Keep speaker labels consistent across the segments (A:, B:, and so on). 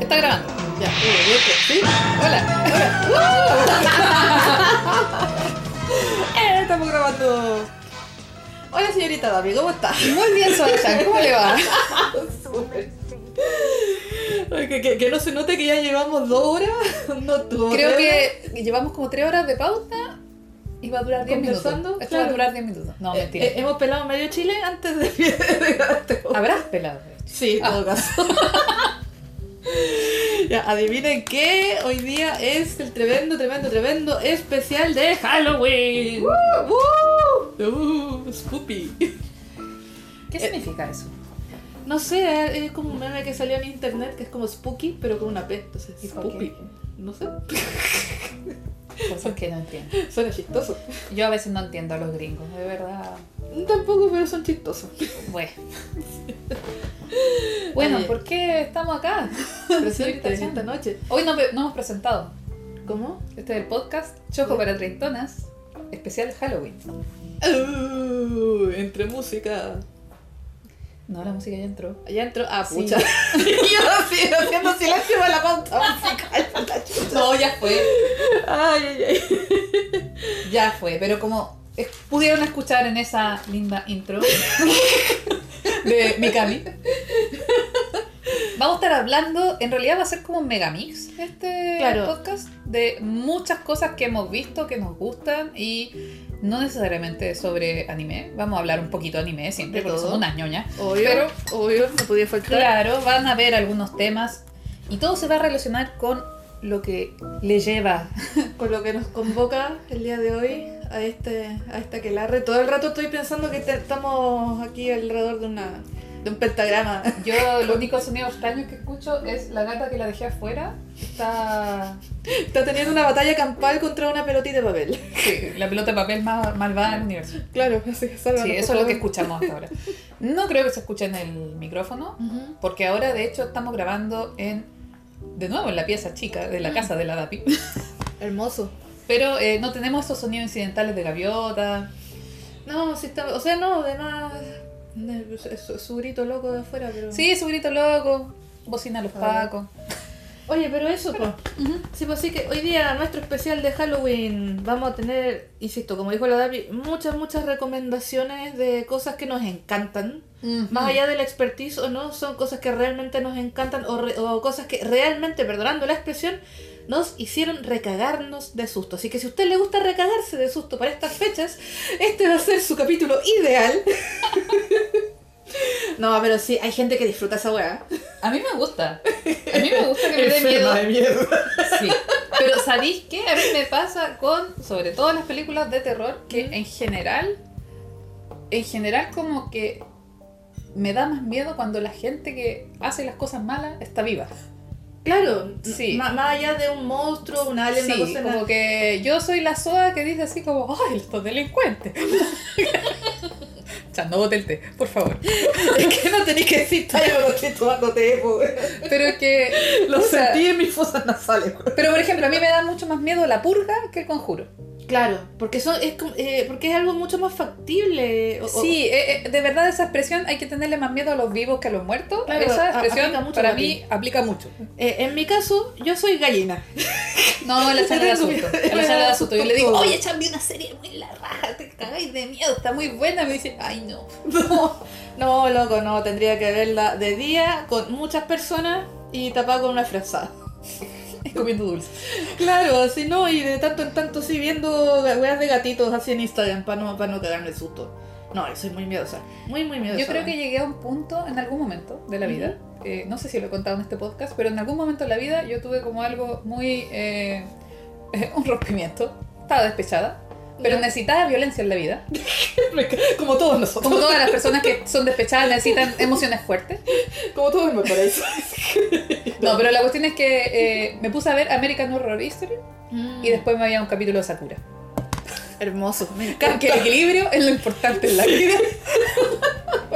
A: está grabando.
B: Ya, uno, dos, tres. ¿Sí?
A: Hola.
B: Eh, Estamos grabando. Hola, señorita Dami, ¿cómo está?
A: Muy bien, Soachan. ¿Cómo le va?
B: Ay, Que, que- que no se note que ya llevamos dos horas. No tuvo
A: Creo
B: tres.
A: que llevamos como tres horas de pausa y va a durar 10 minutos. Esto
B: Conversando,
A: va a
B: claro.
A: durar 10 minutos. No,
B: Eh,
A: mentira.
B: eh, hemos pelado medio Chile antes de de grabar este podcast.
A: Habrás pelado. de hecho.
B: Sí, en todo caso. ya, adivinen qué. Hoy día es el tremendo, tremendo, tremendo especial de Halloween. ¡Woo! ¡Uh! ¡Spoopy!
A: ¿Qué significa eso?
B: No sé, es como un meme que salió en internet que es como spooky, pero con una P. Entonces,
A: ¿Y por
B: spooky. No sé,
A: Cosas que no entiendo.
B: suena chistoso.
A: Yo a veces no entiendo a los gringos, de verdad.
B: Tampoco, pero son chistosos.
A: Bueno. Bueno,
B: Oye.
A: ¿por qué estamos acá?
B: Presente
A: Chan.
B: esta noche.
A: Hoy no, me- no hemos presentado.
B: ¿Cómo?
A: Este es el podcast Choco para Treintonas, especial Halloween.
B: Uh, entre música.
A: No, la música ya entró.
B: Allá entró. Ah,
A: Sí.
B: pucha. Yo así, haciendo silencio para la pauta musical. la chucha.
A: No, ya fue.
B: Ay, ay, ay.
A: Ya fue, pero como es- pudieron escuchar en esa linda intro de Mikami, vamos a estar hablando, en realidad va a ser como un megamix este
B: Claro.
A: podcast de muchas cosas que hemos visto, que nos gustan y no necesariamente sobre anime, vamos a hablar un poquito de anime siempre
B: De
A: porque
B: todo.
A: somos unas ñoñas.
B: Obvio,
A: Pero-
B: obvio, no podía faltar.
A: Claro, van a ver algunos temas y todo se va a relacionar con lo que le lleva
B: Con lo que nos convoca el día de hoy a este a esta que larre. Todo el rato estoy pensando que te- estamos aquí alrededor de una de un pentagrama.
A: Yo lo único sonido extraño que escucho es la gata que la dejé afuera. Está...
B: Está teniendo una batalla campal contra una pelotita de papel.
A: Sí, la pelota de papel más malvada del universo.
B: Claro, así que sálvanos,
A: Sí, eso
B: por
A: es lo que
B: favor.
A: escuchamos hasta ahora. No creo que se escuche en el micrófono,
B: Ujú.
A: porque ahora de hecho estamos grabando en... De nuevo en la pieza chica de la casa de la DAPI.
B: Hermoso.
A: Pero eh, no tenemos esos sonidos incidentales de gaviota.
B: No, sí está, o sea, no, además de- pues, su, su grito loco de afuera, pero
A: Sí, su grito loco, bocina a los
B: Ah.
A: pacos.
B: Oye, pero eso pues.
A: Ujú.
B: Sí, pues así que hoy día nuestro especial de Halloween vamos a tener, insisto, como dijo la Dapi, muchas, muchas recomendaciones de cosas que nos encantan. Más allá de la expertise o no, son cosas que realmente nos encantan o, re- o cosas que realmente, perdonando la expresión, nos hicieron recagarnos de susto. Así que si a usted le gusta recagarse de susto para estas fechas, este va a ser su capítulo ideal. no, pero sí, hay gente que disfruta esa weá.
A: A mí me gusta. A mí me gusta que me dé miedo. Sí. Pero ¿sabéis qué? A mí me pasa con, sobre todo las películas de terror, que
B: Mm.
A: en general, en general como que me da más miedo cuando la gente que hace las cosas malas está viva.
B: Claro,
A: Sí.
B: sí. más allá de un monstruo, un alien, una
A: Sí,
B: cosa
A: como que yo soy la soda que dice así como, ¡ay, estos delincuentes! Chan, no bote el té, por favor.
B: Es que no tenéis que decir talla, pero estoy tomando té, po.
A: Pero que,
B: Lo
A: O sea-
B: sentí en mis fosas nasales, po.
A: pero por ejemplo, a mí me da mucho más miedo la purga que el conjuro.
B: Claro, porque, eso es, como- eh, porque es algo mucho más factible. o- o-
A: Sí, eh, eh, de verdad esa expresión hay que tenerle más miedo a los vivos que a los muertos.
B: Claro,
A: esa
B: a-
A: expresión
B: aplica mucho
A: para
B: para
A: mí aplica mucho.
B: eh, en mi caso, yo soy gallina.
A: No, la charla de
B: tengo
A: asusto.
B: miedo.
A: A la charla de asusto. Yo le digo,
B: Todo.
A: oye, Chan, vi una serie muy la raja, te cagáis de miedo, está muy buena. Me dice, ay no.
B: No, loco, no, tendría que verla de día con muchas personas y tapada con una frazada.
A: Comiendo dulce.
B: Claro, así no, y de tanto en tanto sí viendo weas de gatitos así en Instagram para no, pa' no cagarme el susto. No, yo soy muy miedosa. Muy, muy miedosa.
A: Yo creo que llegué a un punto en algún momento de la vida. eh, no sé si lo he contado en este podcast, pero en algún momento de la vida yo tuve como algo muy. eh, un rompimiento. Estaba despechada, pero
B: Ya.
A: necesitaba violencia en la vida.
B: Como todos nosotros.
A: Como todas las personas que son despechadas necesitan emociones fuertes.
B: Como todos me parece.
A: No, pero la cuestión es que eh, me puse a ver American Horror History y después me había un capítulo de Sakura.
B: Hermoso, me
A: Que el equilibrio es lo importante en la vida.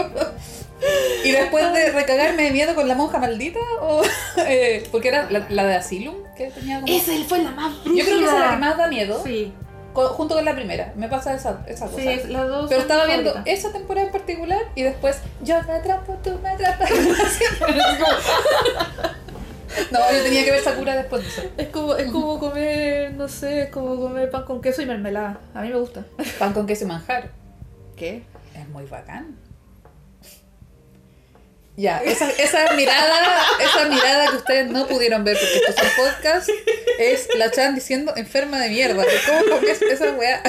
A: Y después de recagarme de miedo con la monja maldita, o, eh, porque era la, la de Asylum, que tenía como...
B: Esa fue la más brusca.
A: Yo creo que esa es la que más da miedo,
B: Sí,
A: co- junto con la primera. Me pasa esa, esa cosa.
B: sí, es- las dos.
A: Pero
B: son
A: estaba
B: mis
A: viendo
B: favoritas.
A: esa temporada en particular y después yo me atrapo, tú me atrapas. Así como- No, yo tenía que ver Sakura después de eso.
B: Es como, es como comer, no sé, es como comer pan con queso y mermelada. A mí me gusta.
A: Pan con queso y manjar.
B: ¿Qué?
A: Es muy bacán. Ya, esa, esa mirada, esa mirada que ustedes no pudieron ver porque estos son podcasts, es la Chan diciendo enferma de mierda. que ¿Cómo comes esa weá?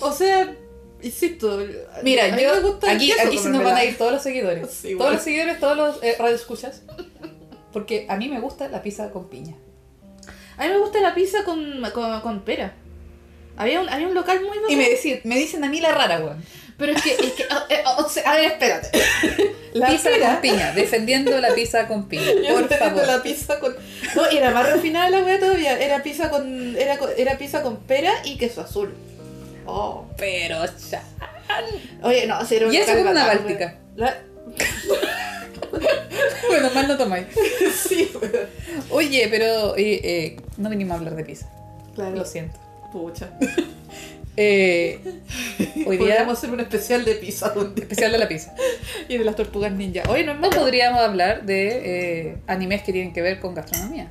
B: O sea, insisto.
A: Mira,
B: a mí
A: yo
B: me gusta el
A: aquí,
B: queso
A: aquí se
B: con
A: nos van a
B: mermelada.
A: ir todos los seguidores.
B: Sí, bueno.
A: todos los seguidores, todos los eh, radioescuchas. Porque a mí me gusta la pizza con piña.
B: A mí me gusta la pizza con, con, con pera. Había un, había un local muy
A: Y
B: bueno.
A: me, dicen, me dicen a mí la rara, weón.
B: Pero es que, es que o- eh, o sea, a ver, espérate.
A: La pizza
B: pera.
A: con piña, defendiendo la pizza con piña. Por
B: teniendo
A: favor.
B: la pizza con. No, y era más refinada la wea todavía. Era pizza con. Era, co- era pizza con pera y queso azul. Oh.
A: Pero ya.
B: Oye, no, si era
A: Y eso
B: local
A: con una
B: bacán,
A: báltica.
B: wea. La-
A: Bueno, más no tomáis.
B: Sí, wea.
A: Oye, pero eh, eh, no venimos a hablar de pizza.
B: Claro.
A: Lo siento.
B: Pucha.
A: Eh, hoy día
B: Podríamos hacer un especial de pizza donde-
A: especial de la pizza.
B: y de las tortugas ninja. Oye, no es
A: No
B: malo.
A: podríamos hablar de eh, animes que tienen que ver con gastronomía.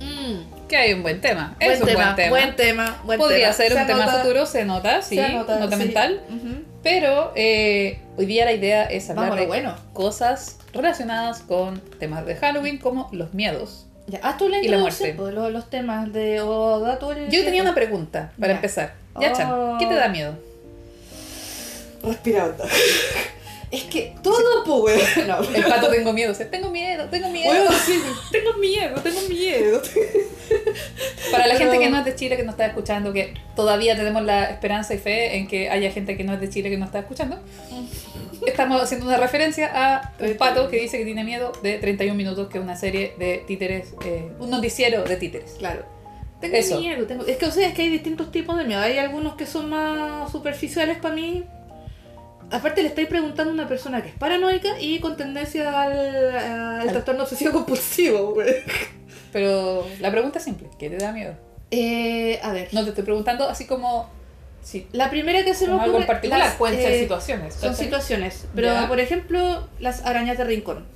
B: Mm,
A: Que hay un buen tema.
B: buen,
A: es un
B: tema,
A: buen tema.
B: buen tema. buen
A: Podría
B: tema.
A: ser
B: Se
A: un tema
B: anota-
A: futuro, se nota, sí,
B: se anota,
A: nota
B: sí.
A: mental.
B: Ujú.
A: Pero eh, hoy día la idea es hablar
B: Vamos, lo
A: de
B: bueno.
A: cosas relacionadas con temas de Halloween como los miedos.
B: Ya, haz tú la
A: Y la
B: introducción,
A: muerte.
B: pues, lo- los, temas de... O da tú el-
A: Yo tenía una pregunta para
B: Ya.
A: empezar. Ya, Chan,
B: Oh.
A: ¿qué te da miedo?
B: Respira onda. Es que todo, pues, weón. No,
A: El pato tengo miedo, o sea, tengo miedo, tengo miedo.
B: Weón, sí, tengo miedo, tengo miedo.
A: Para la gente
B: Pero-
A: que no es de Chile, que nos está escuchando, que todavía tenemos la esperanza y fe en que haya gente que no es de Chile que nos está escuchando, estamos haciendo una referencia a un pato que dice que tiene miedo de 31 minutos, que es una serie de títeres, eh, un noticiero de títeres.
B: Claro. Tengo
A: Eso.
B: miedo, tengo... Es que, o sea, es que hay distintos tipos de miedo. Hay algunos que son más superficiales para mí. Aparte le estáis preguntando a una persona que es paranoica y con tendencia al, al
A: Al-
B: trastorno obsesivo compulsivo, weón.
A: Pero la pregunta es simple, ¿qué te da miedo?
B: Eh, a ver.
A: No te estoy preguntando así como si
B: La primera que se me
A: como algo en
B: ocurre...
A: particular,
B: las,
A: pueden ser
B: eh,
A: situaciones.
B: Son
A: ¿cachai?
B: situaciones. Pero,
A: Ya.
B: por ejemplo, las arañas de rincón.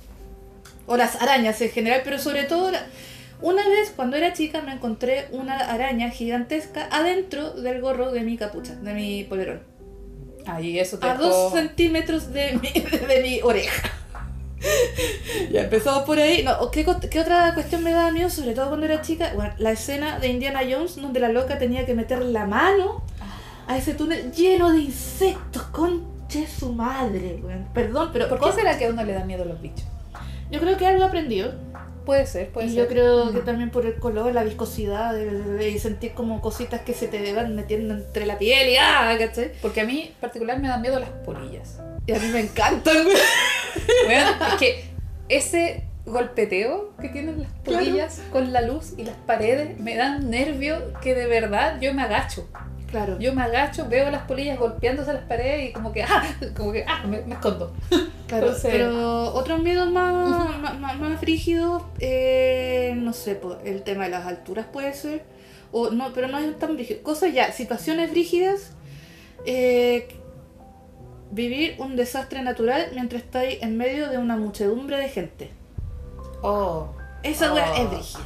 B: O las arañas en general, pero sobre todo... la- Una vez, cuando era chica, me encontré una araña gigantesca adentro del gorro de mi capucha, de mi polerón.
A: Ahí eso te
B: A dos
A: dejó-
B: centímetros de mi, de mi oreja. Ya empezamos por ahí. No, ¿qué, co- qué otra cuestión me daba miedo? Sobre todo cuando era chica. Bueno, la escena de Indiana Jones donde la loca tenía que meter la mano a ese túnel lleno de insectos. Conche su madre, weón. Perdón, pero.
A: ¿Por qué será que a uno le da miedo a los bichos?
B: Yo creo que algo aprendió.
A: Puede ser, puede
B: y
A: ser.
B: yo creo
A: Mm.
B: que también por el color, la viscosidad, de, de- de sentir como cositas que se te van metiendo entre la piel y ah, ¿cachai?
A: Porque a mí en particular me dan miedo las polillas.
B: Y a mí me encantan, weón.
A: Weón, es que ese golpeteo que tienen las
B: Claro.
A: polillas con la luz y las paredes me da un nervio que de verdad yo me agacho.
B: Claro.
A: Yo me agacho, veo las polillas golpeándose las paredes y como que, ah, como que, ah, me, me escondo.
B: Claro,
A: Entonces-
B: pero otros miedos más, más, más- más frígidos, eh, no sé, po, el tema de las alturas puede ser, o no, pero no es tan frígido. Cosas ya, situaciones frígidas, eh, vivir un desastre natural mientras estáis en medio de una muchedumbre de gente.
A: Oh,
B: Esa
A: Oh.
B: wea es brígida.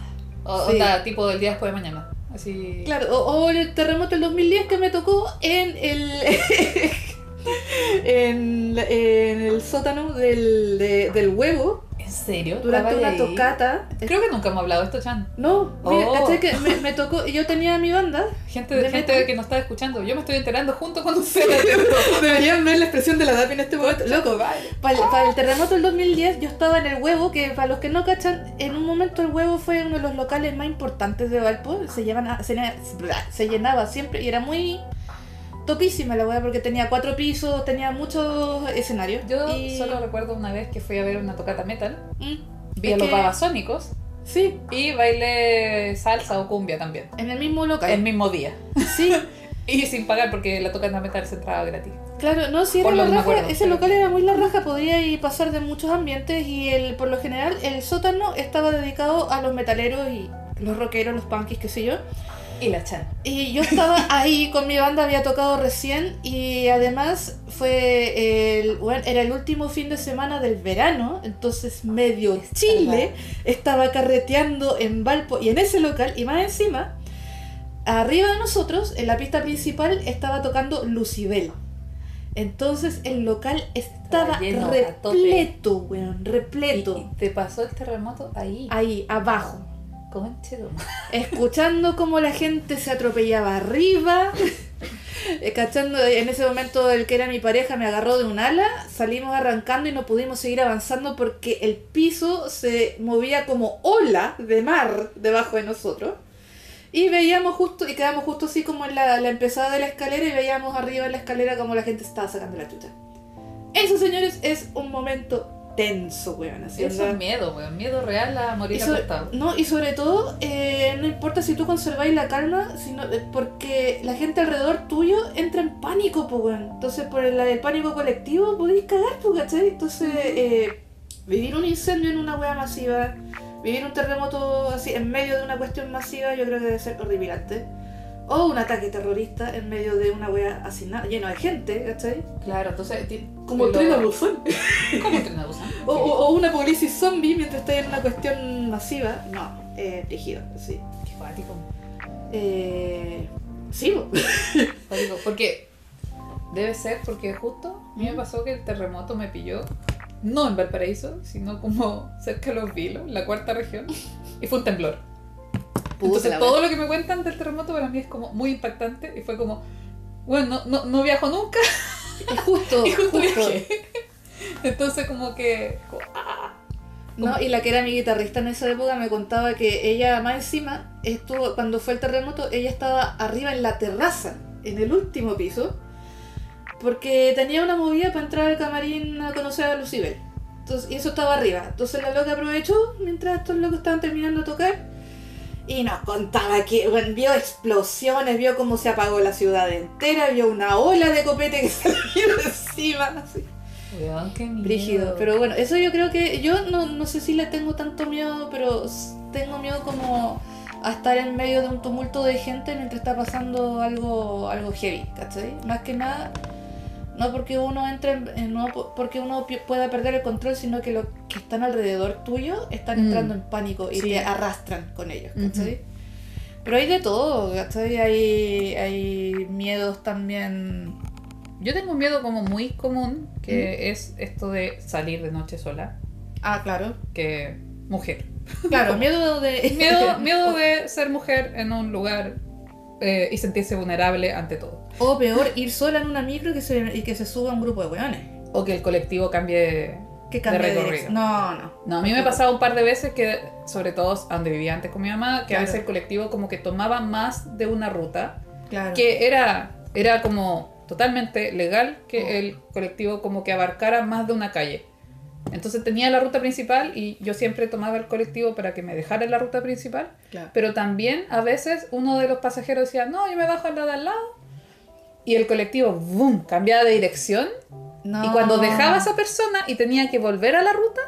A: o-
B: Sí.
A: onda, tipo del día después de mañana. Así.
B: Claro, o, o el terremoto del 2010 que me tocó en el... en, la- en el sótano del, de- del huevo
A: ¿En serio?
B: durante
A: ¿Estabas
B: una
A: Ah, ahí?
B: tocata.
A: Creo que nunca hemos hablado de esto, Chan.
B: No, mira,
A: Oh.
B: ¿cachai que me, me tocó, yo tenía mi banda.
A: Gente, de
B: De
A: gente
B: metal.
A: que nos está escuchando. Yo me estoy enterando junto con ustedes.
B: Deberían ver la expresión de la DAPI en este momento. Loco,
A: Vale.
B: para el, para el terremoto del 2010 yo estaba en el huevo, que para los que no cachan, en un momento el huevo fue uno de los locales más importantes de Valpo. Se, llevan a- se, llena- se llenaba siempre y era muy topísima la hueá porque tenía cuatro pisos, tenía muchos escenarios.
A: Yo
B: y-
A: solo recuerdo una vez que fui a ver una tocata metal.
B: Mm,
A: Vi
B: Es
A: a los
B: que-
A: babasónicos.
B: Sí,
A: Y bailé salsa o cumbia también.
B: en el mismo local.
A: El mismo día.
B: Sí,
A: Y sin pagar porque la tocata metal se entraba gratis.
B: Claro, no, si era
A: Por lo
B: la
A: que me
B: raja,
A: acuerdo,
B: ese
A: pero-
B: local era muy la raja, podía ir pasar de muchos ambientes y el, por lo general el sótano estaba dedicado a los metaleros y los rockeros, los punkies, qué sé yo.
A: Y la Chan.
B: Y yo estaba ahí con mi banda, había tocado recién y además fue el, bueno, era el último fin de semana del verano, entonces medio Chile estaba carreteando en Valpo y en ese local y más encima, arriba de nosotros, en la pista principal, estaba tocando Lucibel. Entonces el local estaba
A: Estaba lleno, a
B: repleto, weón,
A: ¿Y
B: repleto.
A: te pasó el terremoto ahí?
B: Ahí, abajo.
A: Conchero.
B: escuchando cómo la gente se atropellaba arriba. eh, Cachando, en ese momento el que era mi pareja me agarró de un ala, salimos arrancando y no pudimos seguir avanzando porque el piso se movía como ola de mar debajo de nosotros. Y veíamos justo, y quedamos justo así como en la, la empezada de la escalera y veíamos arriba en la escalera como la gente estaba sacando la chucha. Eso, señores, es un momento tenso, weón. así,
A: Eso
B: onda-
A: es miedo, weón. Miedo real a
B: y
A: morir
B: sobre-
A: aplastado.
B: no, y sobre todo, eh, no importa si tú conserváis la calma, sino eh, porque la gente alrededor tuyo entra en pánico, pues, weón. Entonces, por el, el pánico colectivo podéis cagar, pues, ¿cachai? Entonces, eh, vivir un incendio en una wea masiva, vivir un terremoto así en medio de una cuestión masiva, yo creo que debe ser horripilante. O un ataque terrorista en medio de una wea así na- llena de gente, ¿cachai?
A: Claro, entonces. ti-
B: Como
A: lo-
B: tren a buzón.
A: Como el tren a Busan.
B: O, o- o una apocalipsis zombie mientras estáis en una cuestión masiva. No, eh, rígido, sí.
A: Qué cuático.
B: Eh, sí, bo.
A: Cuático, Porque debe ser porque justo a mí me pasó que el terremoto me pilló, no en Valparaíso, sino como cerca de Los Vilos, la cuarta región, y fue un temblor. Entonces
B: la
A: todo lo que me cuentan del terremoto para mí es como muy impactante y fue como, bueno, no, no, no viajo nunca
B: wea. Y justo,
A: y justo
B: justo.
A: viajé. Entonces como que, como,
B: No, y la que era mi guitarrista en esa época me contaba que ella más encima estuvo, cuando fue el terremoto, ella estaba arriba en la terraza, en el último piso, porque tenía una movida para entrar al camarín a conocer a Lucibel. Entonces, y eso estaba arriba. Entonces la loca aprovechó mientras estos locos estaban terminando de tocar. Y nos contaba que bueno, vio explosiones, vio cómo se apagó la ciudad entera, vio una ola de copete que salió encima. así.
A: weón, qué miedo.
B: Brígido, pero bueno, eso yo creo que yo no, no sé si le tengo tanto miedo, pero s- tengo miedo como a estar en medio de un tumulto de gente mientras está pasando algo, algo heavy, ¿cachai? Más que nada, no porque uno entre, en- en- no po- porque uno pi- pueda perder el control, sino que los que están alrededor tuyo están
A: Mm.
B: entrando en pánico y
A: Sí.
B: te arrastran con ellos,
A: Ujú.
B: ¿cachai? Pero hay de todo, ¿cachai? Hay, hay miedos también...
A: Yo tengo un miedo como muy común, que es esto de salir de noche sola,
B: Ah, claro.
A: que mujer.
B: Claro, miedo de...
A: Miedo, miedo de ser mujer en un lugar eh, y sentirse vulnerable ante todo.
B: O peor, ir sola en una micro que se, y que se suba a un grupo de weones.
A: O que el colectivo cambie...
B: Que cambia de
A: recorrido.
B: dirección. No, no.
A: No, a mí me pasaba un par de veces que, sobre todo a donde vivía antes con mi mamá, que a
B: Claro.
A: veces el colectivo como que tomaba más de una ruta,
B: Claro.
A: que era, era como totalmente legal que
B: Oh.
A: el colectivo como que abarcara más de una calle. Entonces tenía la ruta principal y yo siempre tomaba el colectivo para que me dejara en la ruta principal.
B: Claro.
A: Pero también a veces uno de los pasajeros decía, no, yo me bajo en la de al lado. Y el colectivo, boom, cambiaba de dirección.
B: No.
A: Y cuando dejaba a esa persona y tenía que volver a la ruta,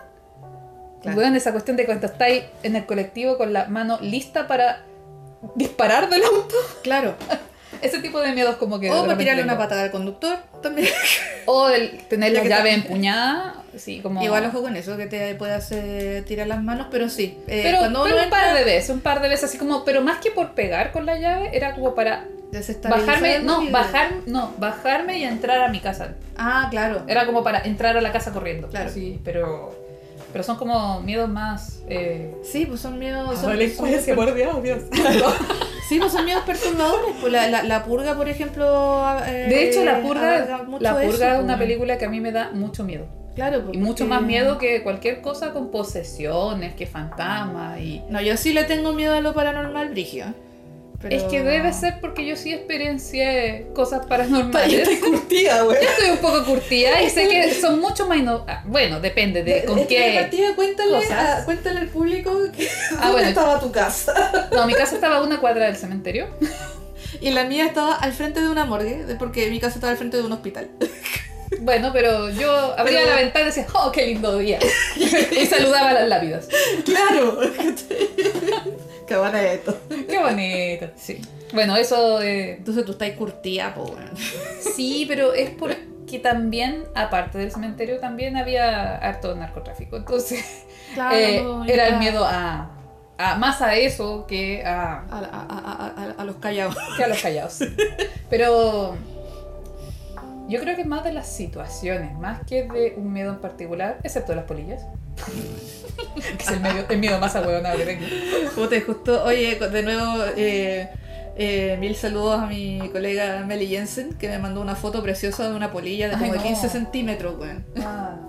B: Claro.
A: weón, esa cuestión de cuando estáis en el colectivo con la mano lista para disparar del auto.
B: Claro.
A: Ese tipo de miedos como que... de
B: O para
A: repente
B: tirarle
A: tengo.
B: una patada al conductor también.
A: O el tener
B: Ya
A: la
B: que
A: llave
B: está-
A: empuñada. Sí, como...
B: Igual ojo con eso, que te puede hacer tirar las manos, pero sí. Eh,
A: pero,
B: cuando
A: pero
B: uno
A: un par
B: entra,
A: de veces, un par de veces, así como, pero más que por pegar con la llave, era como para
B: desestabilizar
A: bajarme,
B: el
A: no,
B: ruido.
A: bajar, no, bajarme y entrar a mi casa.
B: Ah, claro.
A: Era como para entrar a la casa corriendo.
B: Claro.
A: Sí, pero, pero son como miedos más... Eh,
B: Sí, pues son miedos. son-
A: Delincuencia, por Dios, Dios.
B: Sí, pues son miedos perturbadores. Pues la, la, la purga, por ejemplo. eh,
A: De hecho, La
B: abarca
A: Purga,
B: mucho
A: la
B: eso,
A: purga es una
B: pues.
A: película que a mí me da mucho miedo.
B: Claro, pues,
A: Y mucho
B: porque-
A: más miedo que cualquier cosa con posesiones, que fantasmas y...
B: No, yo sí le tengo miedo a lo paranormal, Brigio. Pero-
A: Es que debe ser porque yo sí experiencié cosas
B: Pa- yo estoy
A: paranormales.
B: curtida, güey.
A: Yo estoy un poco curtida y sé que son mucho más... ino- ah, Bueno, depende de con
B: Es que,
A: qué...
B: Martina, cuéntale,
A: cosas.
B: a- cuéntale al público que,
A: Ah,
B: dónde
A: bueno.
B: estaba tu casa.
A: No, mi casa estaba a una cuadra del cementerio.
B: Y la mía estaba al frente de una morgue, de- porque mi casa estaba al frente de un hospital.
A: Bueno, pero yo abría
B: Pero-
A: la ventana y decía, ¡oh, qué lindo día! y saludaba las lápidas.
B: ¡Claro! Qué bueno esto.
A: ¡Qué bonito! Sí. Bueno, eso. eh,
B: Entonces tú estás curtida, po. weón.
A: sí, pero es porque también, aparte del cementerio, también había harto narcotráfico. Entonces,
B: Ah,
A: eh, era el miedo a, a- más a eso que a,
B: A, a- a- a- a- a los callados.
A: que a los callados. Pero yo creo que es más de las situaciones, más que de un miedo en particular, excepto de las polillas. que es el, medio- el miedo más ahueonado que tengo.
B: Como te justo, oye, co- de nuevo, eh, eh, mil saludos a mi colega Meli Jensen, que me mandó una foto preciosa de una polilla de
A: Ay,
B: como de
A: no.
B: 15 centímetros, weón.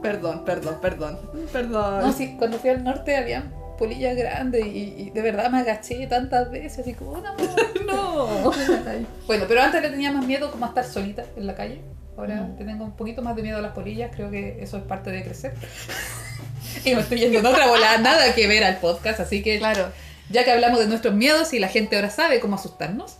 B: Perdón, perdón, perdón. Perdón.
A: No, sí, cuando fui al norte había polillas grandes y, y de verdad me agaché tantas veces, así como, no, no. Bueno, pero antes le tenía más miedo como a estar solita en la calle. Ahora
B: Mm.
A: te tengo un poquito más de miedo a las polillas, creo que eso es parte de crecer. y me estoy yendo en otra volada, nada que ver al podcast, así que
B: Claro.
A: ya que hablamos de nuestros miedos y la gente ahora sabe cómo asustarnos.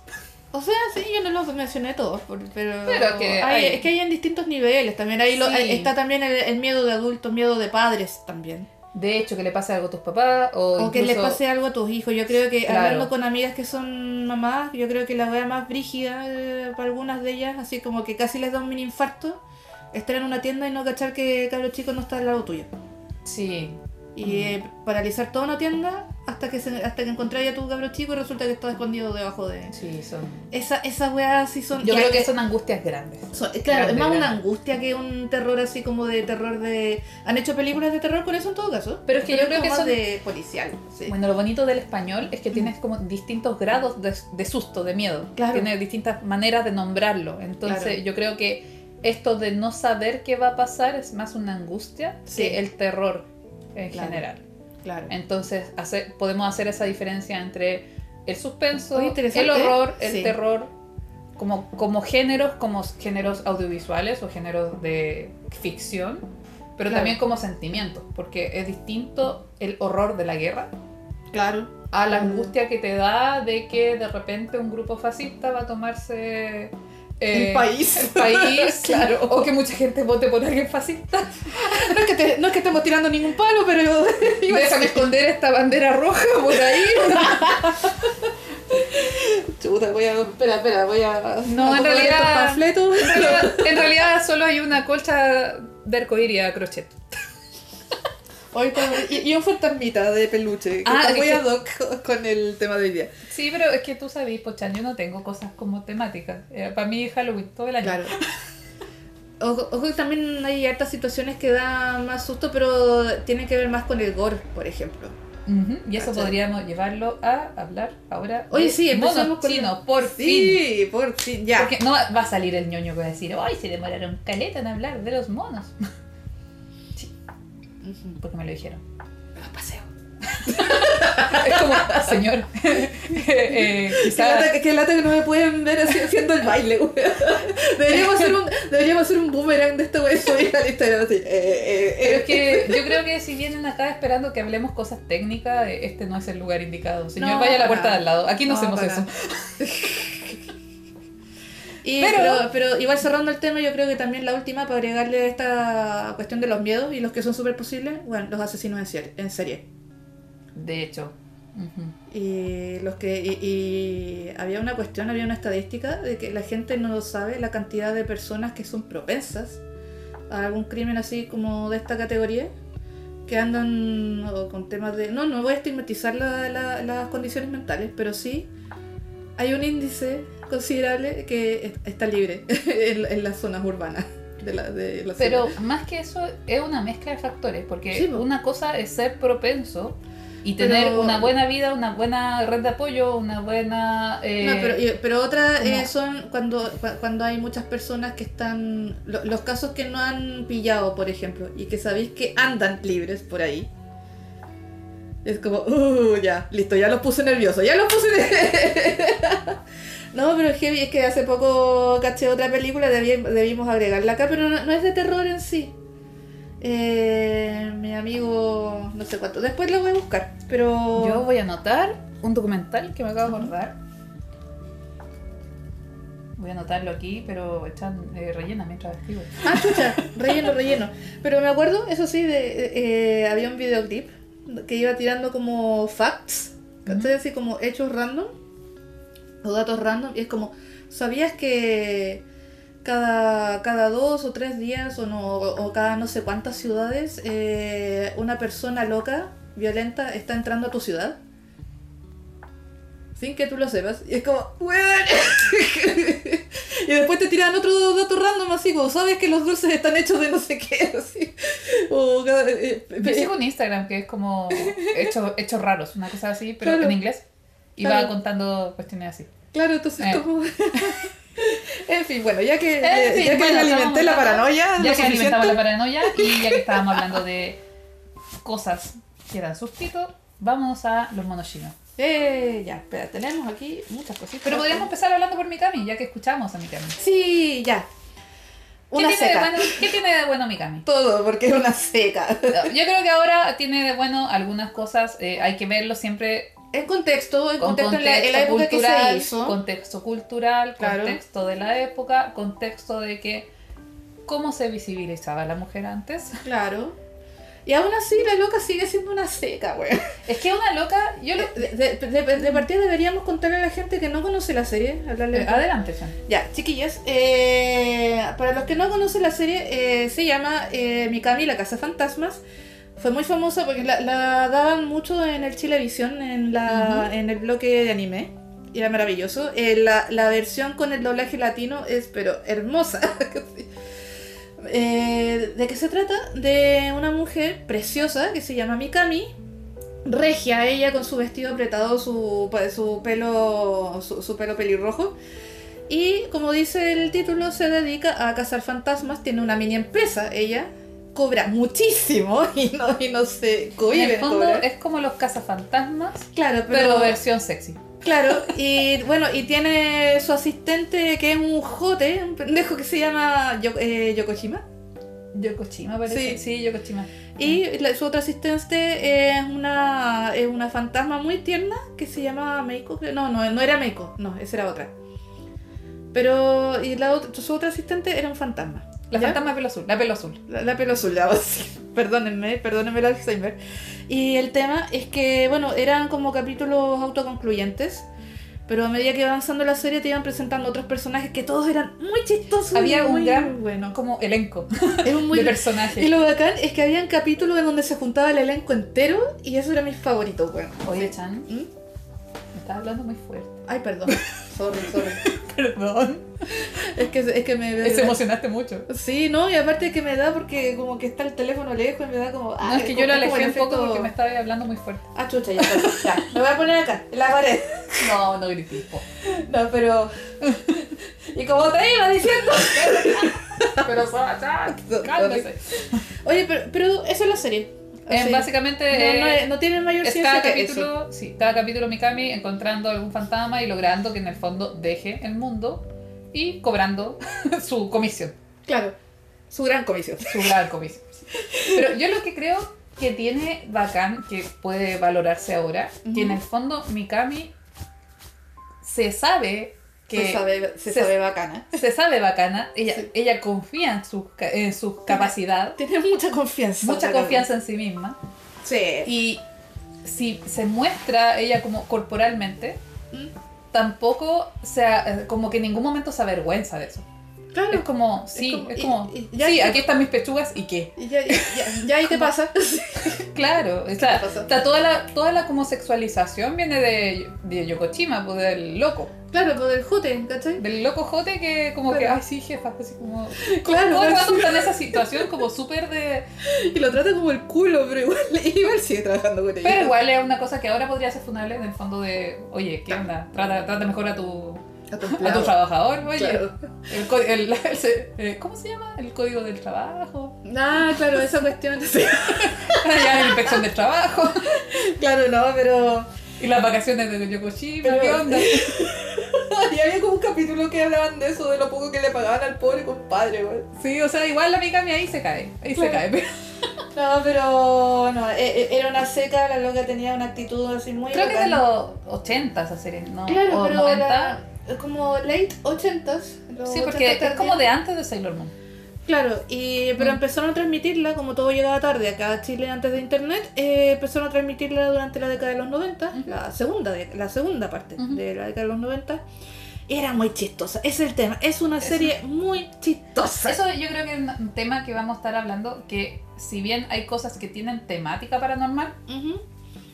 B: O sea, sí, yo no los mencioné todos, por- pero,
A: Pero que
B: hay-
A: hay-
B: es que hay en distintos niveles también. Ahí lo-
A: Sí.
B: ahí está también el, el miedo de adultos, miedo de padres también.
A: De hecho, que le pase algo a tus papás o,
B: O que les
A: incluso-
B: pase algo a tus hijos. Yo creo que
A: Claro.
B: hablando con amigas que son mamás, yo creo que la wea más brígida eh, para algunas de ellas, así como que casi les da un mini infarto, estar en una tienda y no cachar que cabros chico no está al lado tuyo.
A: Sí,
B: Y eh, paralizar toda una tienda hasta que se- hasta que encontráis a tu cabro chico y resulta que está escondido debajo de...
A: sí, son...
B: Esa, esa wea sí son...
A: Yo
B: y
A: creo
B: hay-
A: que son angustias grandes.
B: So- eh, claro, es
A: Grande,
B: más una
A: grande.
B: angustia que un terror así como de terror de... ¿Han hecho películas de terror con eso en todo caso?
A: Pero es que yo creo que
B: más
A: son-
B: de policial. sí.
A: Bueno, lo bonito del español es que tienes como distintos grados de, de susto, de miedo.
B: Claro.
A: Tienes distintas maneras de nombrarlo. Entonces,
B: Claro.
A: yo creo que esto de no saber qué va a pasar es más una angustia
B: Sí.
A: que el terror en
B: Claro.
A: general.
B: Claro.
A: Entonces, hace- podemos hacer esa diferencia entre el suspenso,
B: Oye, interesante.
A: el horror, el
B: Sí.
A: terror, como, como géneros, como géneros audiovisuales o géneros de ficción, pero
B: Claro.
A: también como sentimientos, porque es distinto el horror de la guerra
B: Claro.
A: a la
B: Mm.
A: angustia que te da de que de repente un grupo fascista va a tomarse eh,
B: el país.
A: el país, claro, o que mucha gente vote por alguien fascista,
B: No es, que te- no es que estemos tirando ningún palo, pero...
A: y dejan esconder esta bandera roja por ahí.
B: Chuta, voy a... Espera, espera, voy a...
A: No, en
B: a poner
A: realidad-
B: estos panfletos.
A: En realidad- en realidad solo hay una colcha de arcoíris a crochet.
B: Hoy con- y, y un fantasmita de peluche. Que
A: Ah,
B: está muy
A: es que-
B: ad hoc con el tema de hoy día.
A: Sí, pero es que tú sabes, Pochan, yo no tengo cosas como temáticas. Eh, para mí es Halloween todo el año.
B: Claro. Ojo, ojo que también hay hartas situaciones que dan más susto, pero tienen que ver más con el gore, por ejemplo.
A: Ujú, Y eso
B: ¿Cachai?
A: podríamos llevarlo a hablar ahora.
B: Oye,
A: de
B: sí, empezamos
A: monos
B: con-
A: chinos, por fin.
B: Sí, por fin, ya.
A: Porque no va a salir el ñoño que va a decir, ¡ay, se demoraron caleta en hablar de los monos!
B: Ujú.
A: Porque me lo dijeron.
B: Los paseos.
A: Es como, señor, eh, eh,
B: Qué
A: quizás...
B: lata, qué lata que no me pueden ver así haciendo el baile, weón. Deberíamos hacer un, deberíamos hacer un boomerang de esto, weón. Subir al Instagram así. eh, eh, eh.
A: Pero es que yo creo que si vienen acá esperando que hablemos cosas técnicas, eh, este no es el lugar indicado. Señor,
B: No,
A: vaya a la
B: para
A: puerta de al lado. Aquí no,
B: No,
A: hacemos
B: para
A: eso.
B: Y-
A: Pero-
B: pero, pero, igual cerrando el tema, yo creo que también la última para agregarle esta cuestión de los miedos y los que son súper posibles, bueno, los asesinos en serie. En serie.
A: De hecho. ujú.
B: Y los que y, y había una cuestión, había una estadística de que la gente no sabe la cantidad de personas que son propensas a algún crimen así como de esta categoría, que andan o con temas de... No, no voy a estigmatizar la- la- las condiciones mentales, pero sí hay un índice considerable que es- está libre en, en las zonas urbanas. De la, de la
A: Pero
B: ciudad.
A: más que eso, es una mezcla de factores, porque
B: Sí, po.
A: una cosa es ser propenso y tener
B: Pero-
A: una buena vida, una buena red de apoyo, una buena... eh,
B: No, pero, y- pero otra eh,
A: como-
B: son cuando, cua- cuando hay muchas personas que están. lo- los casos que no han pillado, por ejemplo, y que sabéis que andan libres por ahí. Es como, uh, ya, listo, ya los puse nerviosos, ya los puse nerviosos. No, pero es heavy, es que hace poco caché otra película, debi- debimos agregarla acá, pero no, no es de terror en sí. Eh, mi amigo, no sé cuánto, después la voy a buscar, pero.
A: Yo voy a anotar un documental que me acabo de acordar. Voy a anotarlo aquí, pero están eh, rellena mientras escribo.
B: Ah, chucha, relleno, relleno. Pero me acuerdo, eso sí, de, eh, había un videoclip que iba tirando como facts, ¿cachai? Así como hechos random. o datos random y es como, ¿sabías que cada, cada dos o tres días o, no, o cada no sé cuántas ciudades eh, una persona loca, violenta, está entrando a tu ciudad? Sin que tú lo sepas. Y es como, ¡weón! y después te tiran otro dato random así, como, ¿sabes que los dulces están hechos de no sé qué? Así. O cada- eh,
A: Yo sigo un Instagram que es como hechos hechos raros, una cosa así, pero
B: Claro.
A: en inglés. Y va
B: Claro.
A: contando cuestiones así.
B: Claro, entonces
A: Eh.
B: como... en fin, bueno, ya que, eh,
A: En
B: ya
A: fin,
B: que
A: bueno,
B: alimenté la
A: estábamos hablando-
B: paranoia,
A: Ya
B: lo
A: que
B: Ah, suficiente.
A: alimentamos la paranoia y ya que estábamos hablando de cosas que dan sustito, vamos a los monoshinos.
B: Eh, ya, espera, tenemos aquí muchas cositas.
A: Pero podríamos empezar hablando por Mikami, ya que escuchamos a Mikami. ¿Qué
B: Sí, ya. Una
A: tiene de
B: seca.
A: bueno- ¿Qué tiene de bueno Mikami?
B: Todo, porque es una seca.
A: Yo creo que ahora tiene de bueno algunas cosas, eh, hay que verlo siempre
B: En contexto, en
A: con
B: contexto, en la, en la
A: contexto
B: época que se
A: cultural,
B: hizo.
A: contexto cultural,
B: Claro.
A: contexto de la época, contexto de que cómo se visibilizaba la mujer antes.
B: Claro. Y aún así la loca sigue siendo una seca, güey.
A: Es que una loca, yo lo...
B: De, de- de- de partida deberíamos contarle a la gente que no conoce la serie, hablarle
A: eh, adelante, Sean.
B: Ya, chiquillas, eh, para los que no conocen la serie, eh, se llama eh, Mikami, la Casa de Fantasmas. Fue muy famosa porque la, la daban mucho en el Chilevisión, en, la, en el bloque de anime. Y era maravilloso. Eh, la, la versión con el doblaje latino es, pero hermosa. Eh, ¿De qué se trata? De una mujer preciosa que se llama Mikami, regia ella con su vestido apretado, su, su pelo su, su pelo pelirrojo. Y como dice el título, se dedica a cazar fantasmas, tiene una mini empresa ella, cobra muchísimo y no, y no se cohíbe
A: en el
B: de
A: fondo
B: cobrar.
A: es como los cazafantasmas,
B: Claro,
A: pero, versión sexy.
B: Claro, y bueno, y tiene su asistente que es un jote, un pendejo que se llama Yo- eh, Yokoshima.
A: Yokochima parece. Sí, Yokochima.
B: Y la- su otra asistente es una, es una fantasma muy tierna que se llama Meiko. creo. No, no, no era Meiko, no, esa era otra. Pero y la ot- su otra asistente era un fantasma.
A: La
B: ¿ya?
A: fantasma de pelo azul, la pelo azul.
B: La, la pelo azul, la voz. Perdónenme, perdónenme el Alzheimer. Y el tema es que, bueno, eran como capítulos autoconcluyentes. Pero a medida que iba avanzando la serie te iban presentando otros personajes que todos eran muy chistosos. y
A: Había un
B: muy
A: gran-
B: bueno.
A: Como elenco
B: Era un muy
A: de
B: Y
A: personajes.
B: lo bacán es que habían capítulos en donde se juntaba el elenco entero y eso era mi favorito, bueno.
A: Oye, Chan,
B: ¿Mm?
A: me estás hablando muy fuerte.
B: Ay, perdón. Sorry, sorry.
A: Perdón.
B: Es que, es que me...
A: Se emocionaste mucho.
B: Sí, no, y aparte que me da porque como que está el teléfono lejos y me da como...
A: No,
B: ah,
A: es que yo lo
B: como el
A: alejé un poco
B: efecto-
A: porque me estaba hablando muy fuerte.
B: Ah, chucha, ya, perdón, ya. Me voy a poner acá, en la pared.
A: No, no grité. po.
B: No, pero... y como te iba diciendo...
A: Pero Sora Chan, cálmese.
B: Oye, pero, pero eso es la serie.
A: Eh,
B: Así.
A: básicamente,
B: No, no,
A: eh,
B: no tiene mayor
A: es
B: ciencia
A: cada
B: que eso.
A: capítulo, sí, cada capítulo Mikami encontrando algún fantasma y logrando que en el fondo deje el mundo y cobrando su comisión.
B: Claro. Su gran comisión.
A: su gran cómic. Pero yo lo que creo que tiene bacán, que puede valorarse ahora,
B: Ujú.
A: que en el fondo Mikami se sabe que
B: se sabe, se
A: se-
B: sabe bacana.
A: se sabe bacana, ella,
B: Sí.
A: ella confía en su, ca- en su capacidad,
B: Tiene mucha confianza.
A: mucha
B: pero-
A: confianza en sí misma,
B: Sí.
A: y si se muestra ella como corporalmente,
B: Mm.
A: tampoco sea como que en ningún momento se avergüenza de eso. Es
B: Claro.
A: como, sí,
B: como-
A: es
B: y-
A: como,
B: y- ya-
A: sí, aquí están mis pechugas y qué.
B: Y ya, ya, ya- ya ahí te pasa.
A: Claro, o sea,
B: ¿Qué pasó?
A: está toda la, toda la como sexualización viene de, de Yokochima, pues del loco,
B: Claro, por el jute, ¿cachai?
A: del loco jote que como que,
B: Claro.
A: ay sí jefa, pues, así como...
B: Claro,
A: todo el
B: pero-
A: rato está en esa situación como súper de...
B: Y lo trata como el culo, pero igual, igual sigue trabajando con ella.
A: Pero igual es una cosa que ahora podría ser funable en el fondo de, oye, ¿qué onda? Trata, trata mejor a tu,
B: A tu,
A: a tu
B: empleado,
A: trabajador, oye.
B: claro.
A: El co- el- el se- eh, ¿Cómo se llama? El código del trabajo.
B: Ah, claro, esa cuestión. sí.
A: Ya la inspección del trabajo.
B: Claro, no, pero.
A: Y las vacaciones de Yokochima,
B: Pero-
A: ¿qué onda?
B: Y había como un capítulo que hablaban de eso, de lo poco que le pagaban al pobre compadre, güey.
A: Sí, o sea, igual la Mikami ahí se cae, ahí se
B: Claro.
A: cae.
B: No, pero. No, e- e- era una seca, la loca tenía una actitud así muy.
A: Creo que es de
B: bacán.
A: los 80 esa serie, ¿no?
B: Claro,
A: o
B: pero
A: 90.
B: era como late 80s. los
A: Sí, porque
B: 80s
A: es como
B: tardíos.
A: de antes de Sailor Moon.
B: Claro, y, pero
A: Mm.
B: empezaron a transmitirla, como todo llegaba tarde acá a Chile antes de internet, eh, empezaron a transmitirla durante la década de los 90,
A: Ujú.
B: la, segunda de- la segunda parte
A: Ujú.
B: de la década de los 90. y Era muy chistosa, ese es el tema. Es una serie muy chistosa.
A: Eso yo creo que es un tema que vamos a estar hablando, que si bien hay cosas que tienen temática paranormal,
B: Ujú.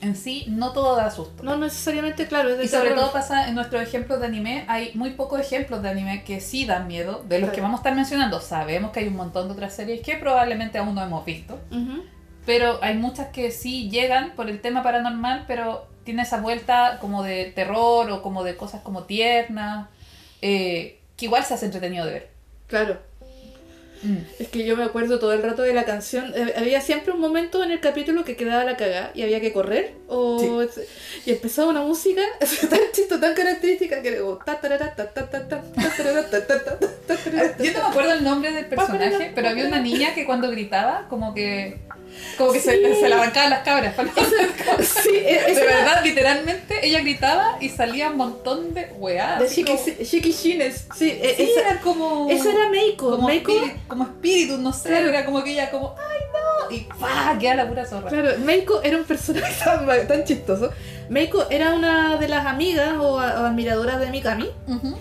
A: en sí no todo da susto.
B: No necesariamente, claro, es de
A: Y sobre
B: terror.
A: todo pasa en nuestros ejemplos de anime, hay muy pocos ejemplos de anime que sí dan miedo, de los que
B: Claro.
A: vamos a estar mencionando. Sabemos que hay un montón de otras series que probablemente aún no hemos visto,
B: Ujú.
A: pero hay muchas que sí llegan por el tema paranormal, pero tiene esa vuelta como de terror o como de cosas como tiernas, eh, que igual se hace entretenido de ver.
B: Claro.
A: Mm.
B: Es que yo me acuerdo todo el rato de la canción. Eh, Había siempre un momento en el capítulo que quedaba la cagada y había que correr. O... Y empezaba una música tan chisto, tan característica que era como... ta, tarara, ta, ta, ta, ta, ta, tarara, ta, ta, ta, ta, tarara, ta.
A: Yo no me acuerdo el nombre del personaje, pero había una niña que cuando gritaba, como que. Como que se,
B: Sí.
A: se la arrancaban las cabras.
B: Sí, e-
A: De
B: esa era
A: verdad, literalmente, ella gritaba y salía un montón de weá.
B: de
A: así como-
B: Shiki- Shiki Shines. Sí, e-
A: Sí,
B: esa,
A: era como.
B: esa era Meiko.
A: como
B: Meiko,
A: espíritu, como espíritu, no sé.
B: Claro.
A: Era como que ella, como, ¡ay no! Y ¡pa! Queda la pura zorra.
B: claro, Meiko era un personaje tan, ba- tan chistoso. Meiko era una de las amigas o, a- o admiradoras de Mikami.
A: Ujú.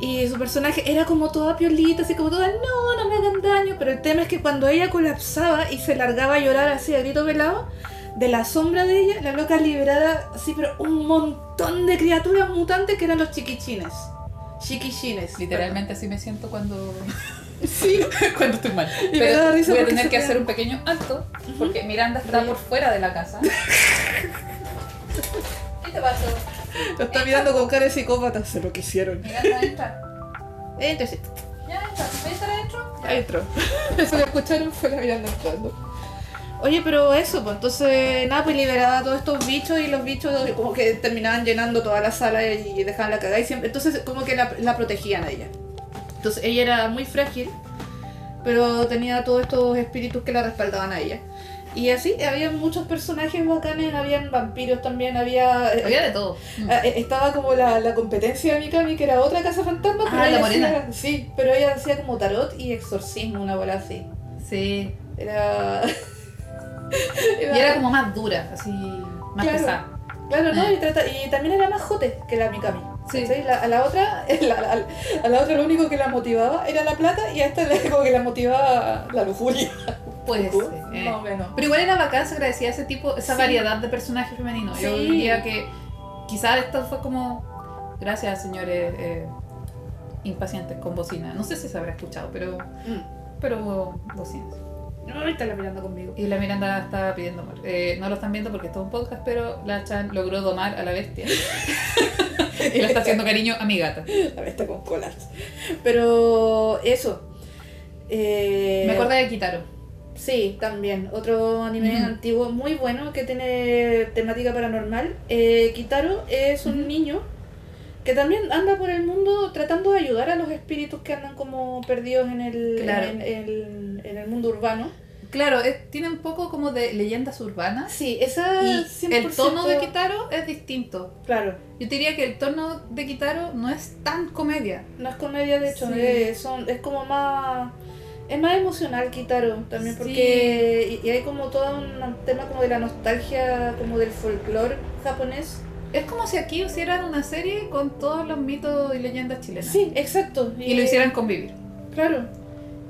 B: Y su personaje era como toda piolita, así como toda, no, no me hagan daño. Pero el tema es que cuando ella colapsaba y se largaba a llorar así a grito velado, de la sombra de ella, la loca liberada, así, pero un montón de criaturas mutantes que eran los chiquichines. Chiquichines.
A: Literalmente así me siento cuando,
B: perdón. Sí.
A: cuando estoy mal.
B: Y me da
A: Pero
B: risa
A: voy a
B: porque
A: tener
B: se
A: que
B: ve-
A: hacer un pequeño alto porque Miranda está por fuera de la casa. ¿Qué te pasó?
B: Lo está mirando con cara de psicópata, se lo quisieron.
A: Miranda, entra.
B: Entonces,
A: Ya, entra. ¿Voy a estar adentro?
B: ahí entró. Eso que escucharon fue la mirando entrando. Oye, pero eso, pues entonces, nada, pues liberaba a todos estos bichos y los bichos como que terminaban llenando toda la sala y dejaban la cagada y siempre, entonces como que la, la protegían a ella. Entonces ella era muy frágil, pero tenía todos estos espíritus que la respaldaban a ella. Y así, había muchos personajes bacanes, habían vampiros también, había...
A: Había de todo.
B: Ah, eh, Estaba como la, la competencia de Mikami, que era otra casa fantasma, pero
A: Ah, la
B: ella
A: morena.
B: hacía- sí, pero ella hacía como tarot y exorcismo, una bola así.
A: Sí.
B: Era.
A: Y era como más dura, así, más
B: Claro.
A: pesada.
B: Claro, ¿no? Y, trata- y también era más jote que la Mikami.
A: Sí.
B: ¿cachai? La- a la otra, la- a- a la otra lo único que la motivaba era la plata y a esta le- como que la motivaba la lujuria.
A: Puede ser. eh.
B: Más o menos.
A: Pero igual era bacán, se agradecía ese tipo, esa
B: Sí.
A: variedad de personajes femeninos. Yo
B: Sí.
A: diría que quizás esto fue como, gracias señores eh, impacientes con bocina. No sé si se habrá escuchado, pero,
B: Mm.
A: pero hubo bocinas.
B: No, ahorita la mirando conmigo.
A: Y la Miranda estaba pidiendo amor. Eh, no lo están viendo porque esto es un podcast, pero la Chan logró domar a la bestia. y le está haciendo cariño a mi gata.
B: La bestia con colas. Pero eso. Eh,
A: Me acordé de Kitaro.
B: Sí, también. Otro anime
A: Ujú.
B: antiguo muy bueno que tiene temática paranormal. Eh, Kitaro es un
A: Ujú.
B: niño que también anda por el mundo tratando de ayudar a los espíritus que andan como perdidos en el,
A: Claro.
B: en, el, en el mundo urbano.
A: Claro, es- tiene un poco como de leyendas urbanas.
B: Sí, esa
A: Ah, Y
B: 100%
A: el tono de Kitaro es distinto.
B: Claro,
A: Yo te diría que el tono de Kitaro no es tan comedia.
B: no es comedia de hecho,
A: Sí.
B: eh, son, es como más... Es más emocional Kitaro también porque... Y, y hay como todo un tema como de la nostalgia, como del folclore japonés.
A: Es como si aquí hicieran una serie con todos los mitos y leyendas chilenas.
B: Sí, exacto.
A: Y lo
B: Eh,
A: hicieran convivir.
B: Claro.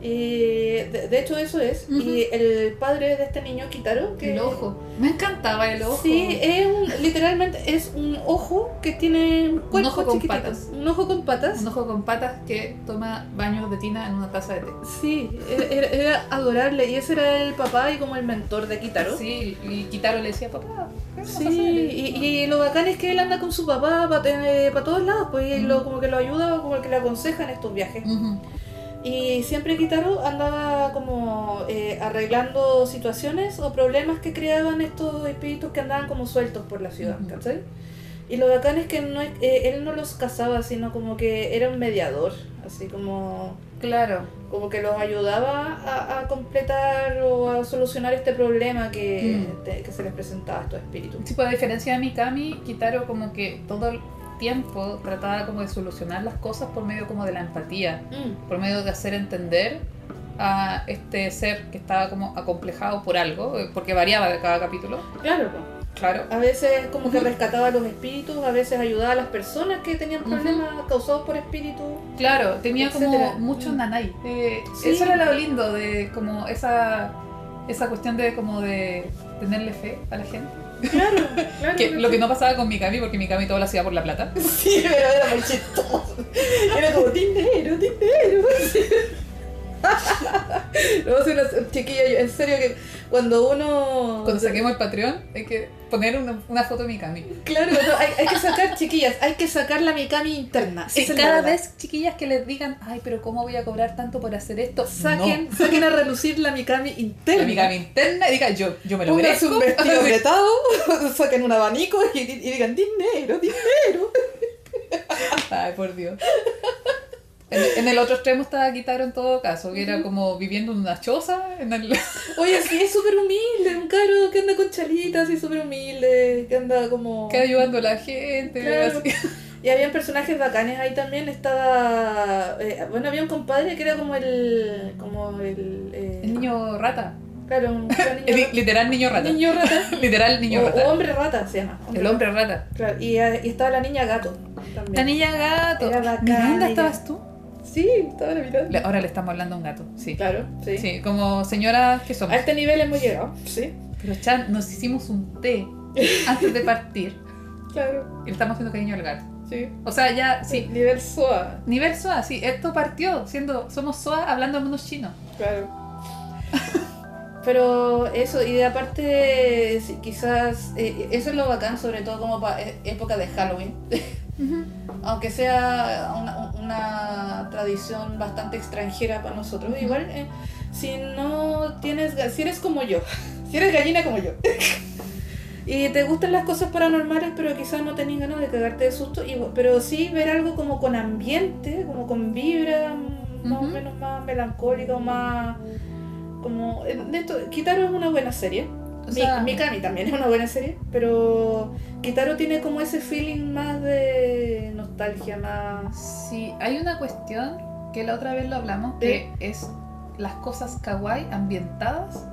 B: Y de, de hecho eso es.
A: Ujú.
B: Y el padre de este niño, Kitaro, que...
A: El ojo. Me encantaba el ojo.
B: Sí, es un- literalmente es un ojo que tiene un cuerpo
A: ojo con
B: chiquitito.
A: patas.
B: Un ojo con patas.
A: Un ojo con patas que toma baños de tina en una taza de té.
B: Sí, era, era- era adorable. Y ese era el papá y como el mentor de Kitaro.
A: Sí, y Kitaro le decía, papá, ¿qué vamos a
B: Sí,
A: hacer?"
B: y, y lo bacán es que él anda con su papá para todos lados, pues y
A: Ujú.
B: lo, como que lo ayuda, como que le aconseja en estos viajes.
A: Ujú.
B: Y siempre Kitaro andaba como eh, arreglando situaciones o problemas que creaban estos espíritus que andaban como sueltos por la ciudad,
A: Ujú.
B: ¿cachai? Y lo bacán es que no, es- eh, él no los casaba, sino como que era un mediador, así como,
A: Claro.
B: como que los ayudaba a, a completar o a solucionar este problema que,
A: Mm.
B: te- que se les presentaba a estos espíritus.
A: Sí, pues, a diferencia de Mikami, Kitaro como que todo el tiempo
B: Mm,
A: trataba como de solucionar las cosas por medio como de la empatía. por medio de hacer entender a este ser que estaba como acomplejado por algo, eh, porque variaba de cada capítulo,
B: Claro, po.
A: claro.
B: a veces como que
A: Ujú.
B: rescataba a los espíritus, a veces ayudaba a las personas que tenían
A: Ujú.
B: problemas causados por espíritus.
A: Claro, tenía
B: Etcétera.
A: como mucho
B: Mm.
A: nanay. Eh,
B: Sí.
A: Eso era lo lindo de como esa, esa cuestión de como de tenerle fe a la gente.
B: Claro, claro.
A: Que, lo que no pasaba con Mikami, porque Mikami todo lo hacía por la plata.
B: Sí, pero era muy chistoso. Era como dinero, dinero. No, soy una chiquilla, yo, en serio que cuando uno...
A: Cuando saquemos el Patreon, hay que poner una, una foto de Mikami.
B: Claro, no, hay, hay que sacar, chiquillas, hay que sacar la Mikami interna.
A: Sí,
B: Esa es la
A: cada
B: verdad.
A: vez, chiquillas, que les digan, ay, pero ¿cómo voy a cobrar tanto por hacer esto?
B: Saquen, saquen a relucir la Mikami
A: No.
B: interna.
A: La Mikami interna y diga, yo, yo me lo
B: Pónganse
A: merezco.
B: un vestido apretado, saquen un abanico y, y digan dinero, dinero.
A: Ay, por Dios. En, en el otro extremo estaba Guitaro en todo caso, que era como viviendo en una choza. En el...
B: Oye, sí, es súper humilde, un caro que anda con chalitas y súper humilde, que anda como...
A: que ayudando a la gente.
B: Claro.
A: así.
B: Y habían personajes bacanes ahí también, estaba... eh, bueno, había un compadre que era como el... como el... eh,
A: El niño rata.
B: Claro, un era
A: El
B: niño
A: li- literal niño
B: rata.
A: rata.
B: Niño Oh, rata.
A: Literal niño
B: o, o
A: rata.
B: hombre rata se llama.
A: El hombre rata.
B: Claro, y, eh, y estaba la niña gato también.
A: La niña gato.
B: Era bacán,
A: Miranda,
B: ella.
A: ¿estabas tú?
B: Sí, estaba la
A: Le-
B: mirando.
A: Ahora le estamos hablando a un gato, sí.
B: Claro, sí.
A: Sí, como señoras que
B: A
A: somos.
B: este nivel hemos llegado. Sí,
A: Pero Chan, nos hicimos un té antes de partir.
B: claro.
A: Y le estamos haciendo cariño al gato.
B: Sí.
A: O sea, ya, sí.
B: Nivel SOA,
A: Nivel SOA, sí. Esto partió siendo, somos SOA hablando a unos chinos.
B: claro. Pero eso, y de aparte, sí, quizás, eh, eso es lo bacán, sobre todo como para época de Halloween. Aunque sea una, una tradición bastante extranjera para nosotros, igual, eh, si no tienes, ga- si eres como yo, si eres gallina como yo, y te gustan las cosas paranormales, pero quizás no tenés ganas de cagarte de susto, y- pero sí ver algo como con ambiente, como con vibra, mm, más o
A: Ujú.
B: menos más melancólica o más... Como, eh, de esto, Kitaro es una buena serie.
A: O
B: Mi-
A: sea,
B: Mikami también es una buena serie, pero Kitaro tiene como ese feeling más de nostalgia, más...
A: sí, hay una cuestión que la otra vez lo hablamos, que es las cosas kawaii ambientadas.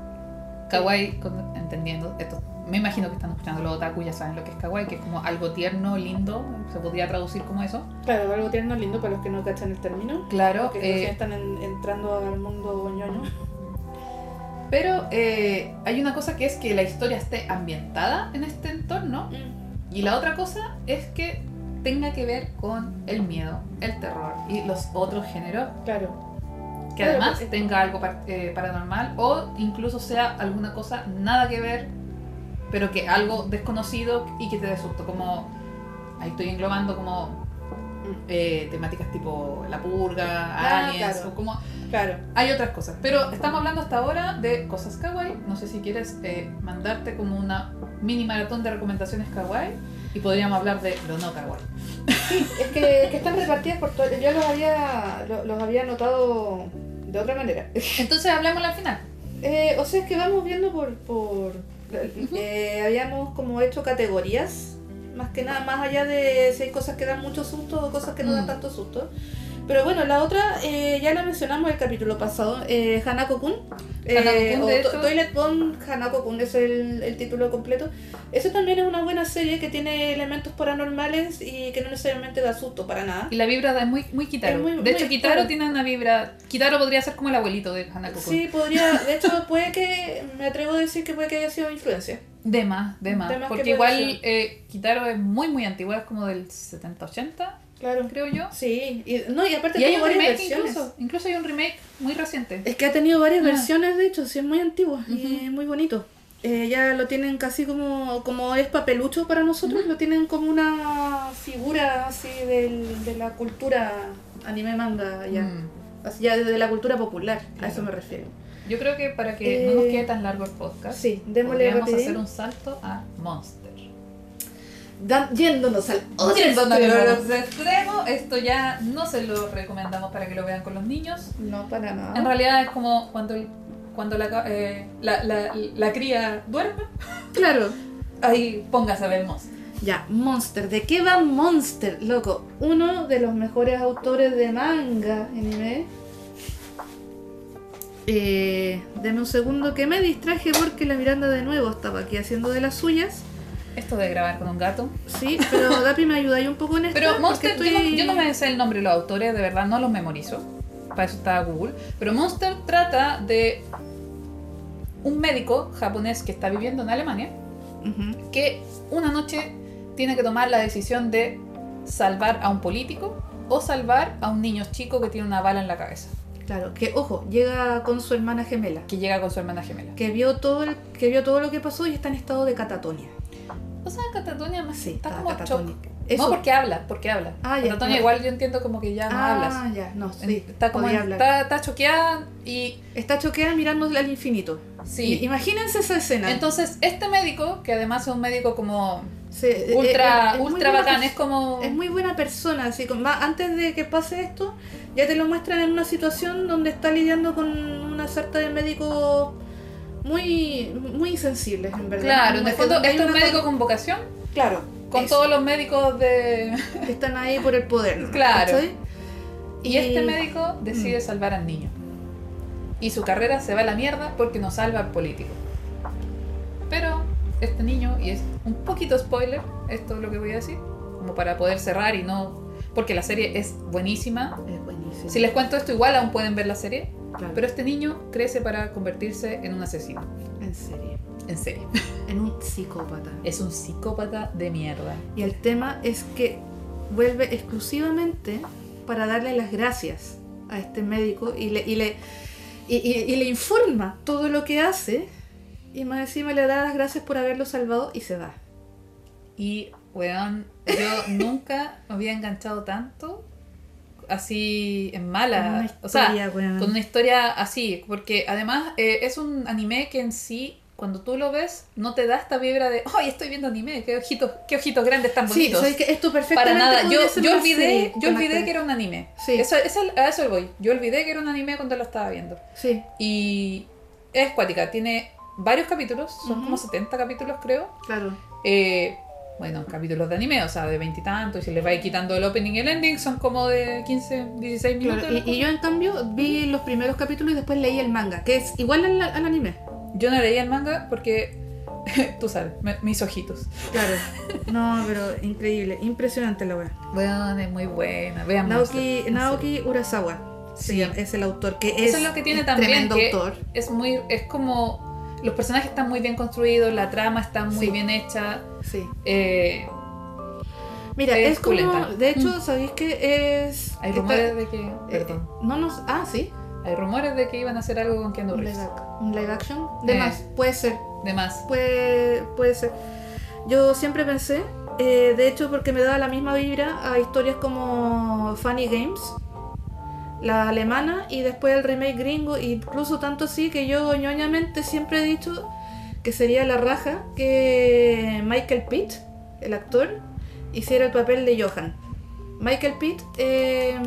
A: Kawaii, con- entendiendo, esto, me imagino que están escuchando los otaku, ya saben lo que es kawaii, que es como algo tierno, lindo, se podría traducir como eso.
B: Claro, algo tierno lindo para los que no cachan el término.
A: Claro,
B: que
A: eh,
B: recién están en- entrando al mundo ñoño.
A: Pero eh, hay una cosa que es que la historia esté ambientada en este entorno y la otra cosa es que tenga que ver con el miedo, el terror y los otros géneros,
B: Claro.
A: que
B: Claro,
A: además
B: pues,
A: tenga algo par- eh, paranormal o incluso sea alguna cosa nada que ver, pero que algo desconocido y que te dé susto, como ahí estoy englobando como eh, temáticas tipo la purga,
B: Mm. Ah,
A: aliens,
B: claro.
A: o como
B: Claro.
A: hay otras cosas, pero estamos hablando hasta ahora de cosas kawaii. No sé si quieres eh, mandarte como una mini maratón de recomendaciones kawaii y podríamos hablar de lo no kawaii.
B: Es que, que están repartidas por todo... Yo los había, lo- los había notado de otra manera.
A: Entonces hablemos al final.
B: Eh, o sea, es que vamos viendo por... por eh, habíamos como hecho categorías, más que nada, más allá de si hay cosas que dan mucho susto o cosas que no dan
A: Mm.
B: tanto susto. Pero bueno, la otra, eh, ya la mencionamos en el capítulo pasado, eh, Hanako-kun. Eh,
A: Hanako-kun, de
B: o To-
A: hecho.
B: Toilet Bomb Hanako-kun es el, el título completo. Eso también es una buena serie que tiene elementos paranormales y que no necesariamente da susto para nada.
A: Y la vibra da muy, muy Kitaro.
B: Es muy-
A: de hecho,
B: muy
A: Kitaro
B: Kitaro.
A: tiene una vibra. Kitaro podría ser como el abuelito de Hanako.
B: Sí, podría, de hecho, puede que, me atrevo a decir que puede que haya sido influencia.
A: De más, de más.
B: De más que
A: Porque
B: puede
A: igual
B: ser.
A: eh, Kitaro es muy, muy antigua, es como del 70-80,
B: Claro.
A: creo yo.
B: Sí, y, no, y aparte
A: Y hay
B: tiene
A: un
B: varias
A: remake
B: versiones.
A: incluso. Incluso hay un remake muy reciente.
B: Es que ha tenido varias
A: Ah.
B: versiones, de hecho, sí, es muy antiguo y
A: Ujú.
B: muy bonito. Eh, ya lo tienen casi como, como es papelucho para nosotros, lo tienen como una figura así del- de la cultura anime manga, ya,
A: Mm.
B: Así, ya desde la cultura popular, a eso
A: Claro.
B: me refiero.
A: Yo creo que para que no nos
B: Eh,
A: quede tan largo el podcast,
B: Sí, démosle
A: Podríamos
B: rapidín.
A: hacer un salto a Monster.
B: Dan- yéndonos al otro
A: Yéndonos a
B: extremo.
A: los extremos, esto ya no se lo recomendamos para que lo vean con los niños.
B: No, para nada.
A: En realidad es como cuando, el- cuando la, ca- eh, la, la- la cría duerme,
B: Claro.
A: ahí póngase a ver Monster.
B: Ya, Monster. ¿De qué va Monster? Loco, uno de los mejores autores de manga anime. Eh, deme un segundo que me distraje porque la Miranda de nuevo estaba aquí haciendo de las suyas.
A: Esto de grabar con un gato.
B: Sí, pero Dapi me ayudáis un poco en esto.
A: Pero
B: porque
A: Monster, yo no-
B: estoy-
A: yo, no, me sé el nombre de los autores, de verdad no los memorizo. Para eso está Google. Pero Monster trata de un médico japonés que está viviendo en Alemania
B: Ujú.
A: que una noche tiene que tomar la decisión de salvar a un político o salvar a un niño chico que tiene una bala en la cabeza,
B: Claro, que ojo, llega con su hermana gemela,
A: que llega con su hermana gemela.
B: que vio todo el- que vio todo lo que pasó y está en estado de catatonia.
A: O sea, Catatonia más
B: Sí,
A: Ah, está
B: está
A: como
B: catatónica.
A: shock.
B: Eso-
A: No, porque habla, porque habla.
B: Ah, ya,
A: Catatonia
B: no.
A: igual yo entiendo como que ya no
B: ah,
A: hablas.
B: ya, no, sí,
A: Está como
B: podía
A: en-
B: hablar.
A: está, está choqueada y
B: Está choqueada mirándose al infinito.
A: sí.
B: I- Imagínense esa escena.
A: Entonces, este médico, que además es un médico como
B: Se- eh, eh,
A: ultra,
B: es muy
A: ultra
B: buena
A: bacán,
B: pers-
A: es como...
B: Es muy buena persona, así como, va, antes de que pase esto, ya te lo muestran en una situación donde está lidiando con una sarta de médicos muy muy insensibles, en verdad.
A: claro, en
B: Como
A: el
B: que
A: fondo,
B: donde hay
A: este es un
B: una
A: médico
B: con-
A: con vocación,
B: claro,
A: con
B: eso,
A: todos los médicos de...
B: que están ahí por el poder. ¿no?
A: Claro.
B: ¿Cachai?
A: Y este médico decide salvar al niño. Y su carrera se va a la mierda porque no salva al político. Pero este niño, y es un poquito spoiler, esto es lo que voy a decir, como para poder cerrar y no... Porque la serie es buenísima.
B: Es buenísimo.
A: Si les cuento esto igual aún pueden ver la serie.
B: Claro,
A: Pero este niño crece para convertirse en un asesino.
B: en serio.
A: En serio.
B: En un psicópata.
A: Es un psicópata de mierda.
B: Y el tema es que vuelve exclusivamente para darle las gracias a este médico y le, y le, y, y- y le informa todo lo que hace y más encima le da las gracias por haberlo salvado y se va.
A: Y, weón, yo nunca me había enganchado tanto así en mala.
B: Una
A: o sea,
B: historia, weón.
A: con una historia así. Porque además eh, es un anime que en sí, cuando tú lo ves, no te da esta vibra de, ¡ay, estoy viendo anime! ¡Qué ojitos, qué ojitos grandes tan
B: Sí,
A: bonitos!
B: sabes que esto perfectamente
A: Para nada, yo,
B: podría ser
A: yo
B: una
A: olvidé,
B: serie
A: yo
B: con
A: olvidé
B: actores.
A: que era un anime.
B: Sí.
A: Eso, eso, a eso voy. Yo olvidé que era un anime cuando lo estaba viendo.
B: Sí,
A: Y es cuática, tiene varios capítulos, son
B: Ujú.
A: como 70 capítulos creo.
B: claro.
A: Eh, bueno, capítulos de anime, o sea, de veintitantos, y se les va quitando el opening y el ending, son como de 15, 16 minutos.
B: claro. Y,
A: la cosa.
B: y yo en cambio vi los primeros capítulos y después leí el manga, que es igual al, al anime.
A: Yo no leía el manga porque, tú sabes, me- mis ojitos.
B: Claro. No, pero increíble, impresionante la weá.
A: Bueno, es muy buena, vean
B: Naoki,
A: Monster, en serio.
B: Naoki Urasawa se
A: Sí.
B: llama, es el autor que es,
A: Eso es lo que tiene
B: un
A: también,
B: tremendo
A: que-
B: autor
A: Es muy, es como, los personajes están muy bien construidos, la trama está muy
B: Sí.
A: bien hecha.
B: sí
A: eh,
B: mira
A: Es
B: es, como
A: pulenta.
B: de hecho sabéis que es
A: hay
B: está-
A: rumores de que,
B: eh,
A: perdón,
B: no nos ah sí
A: hay rumores de que iban a hacer algo con Keanu
B: un live,
A: Reeves.
B: ac- un live action de
A: Eh.
B: más puede ser
A: De más.
B: puede puede ser yo siempre pensé eh, de hecho porque me daba la misma vibra a historias como Funny Games la alemana y después el remake gringo, e incluso tanto así que yo ñoñamente siempre he dicho que sería la raja que Michael Pitt, el actor, hiciera el papel de Johan. Michael Pitt eh,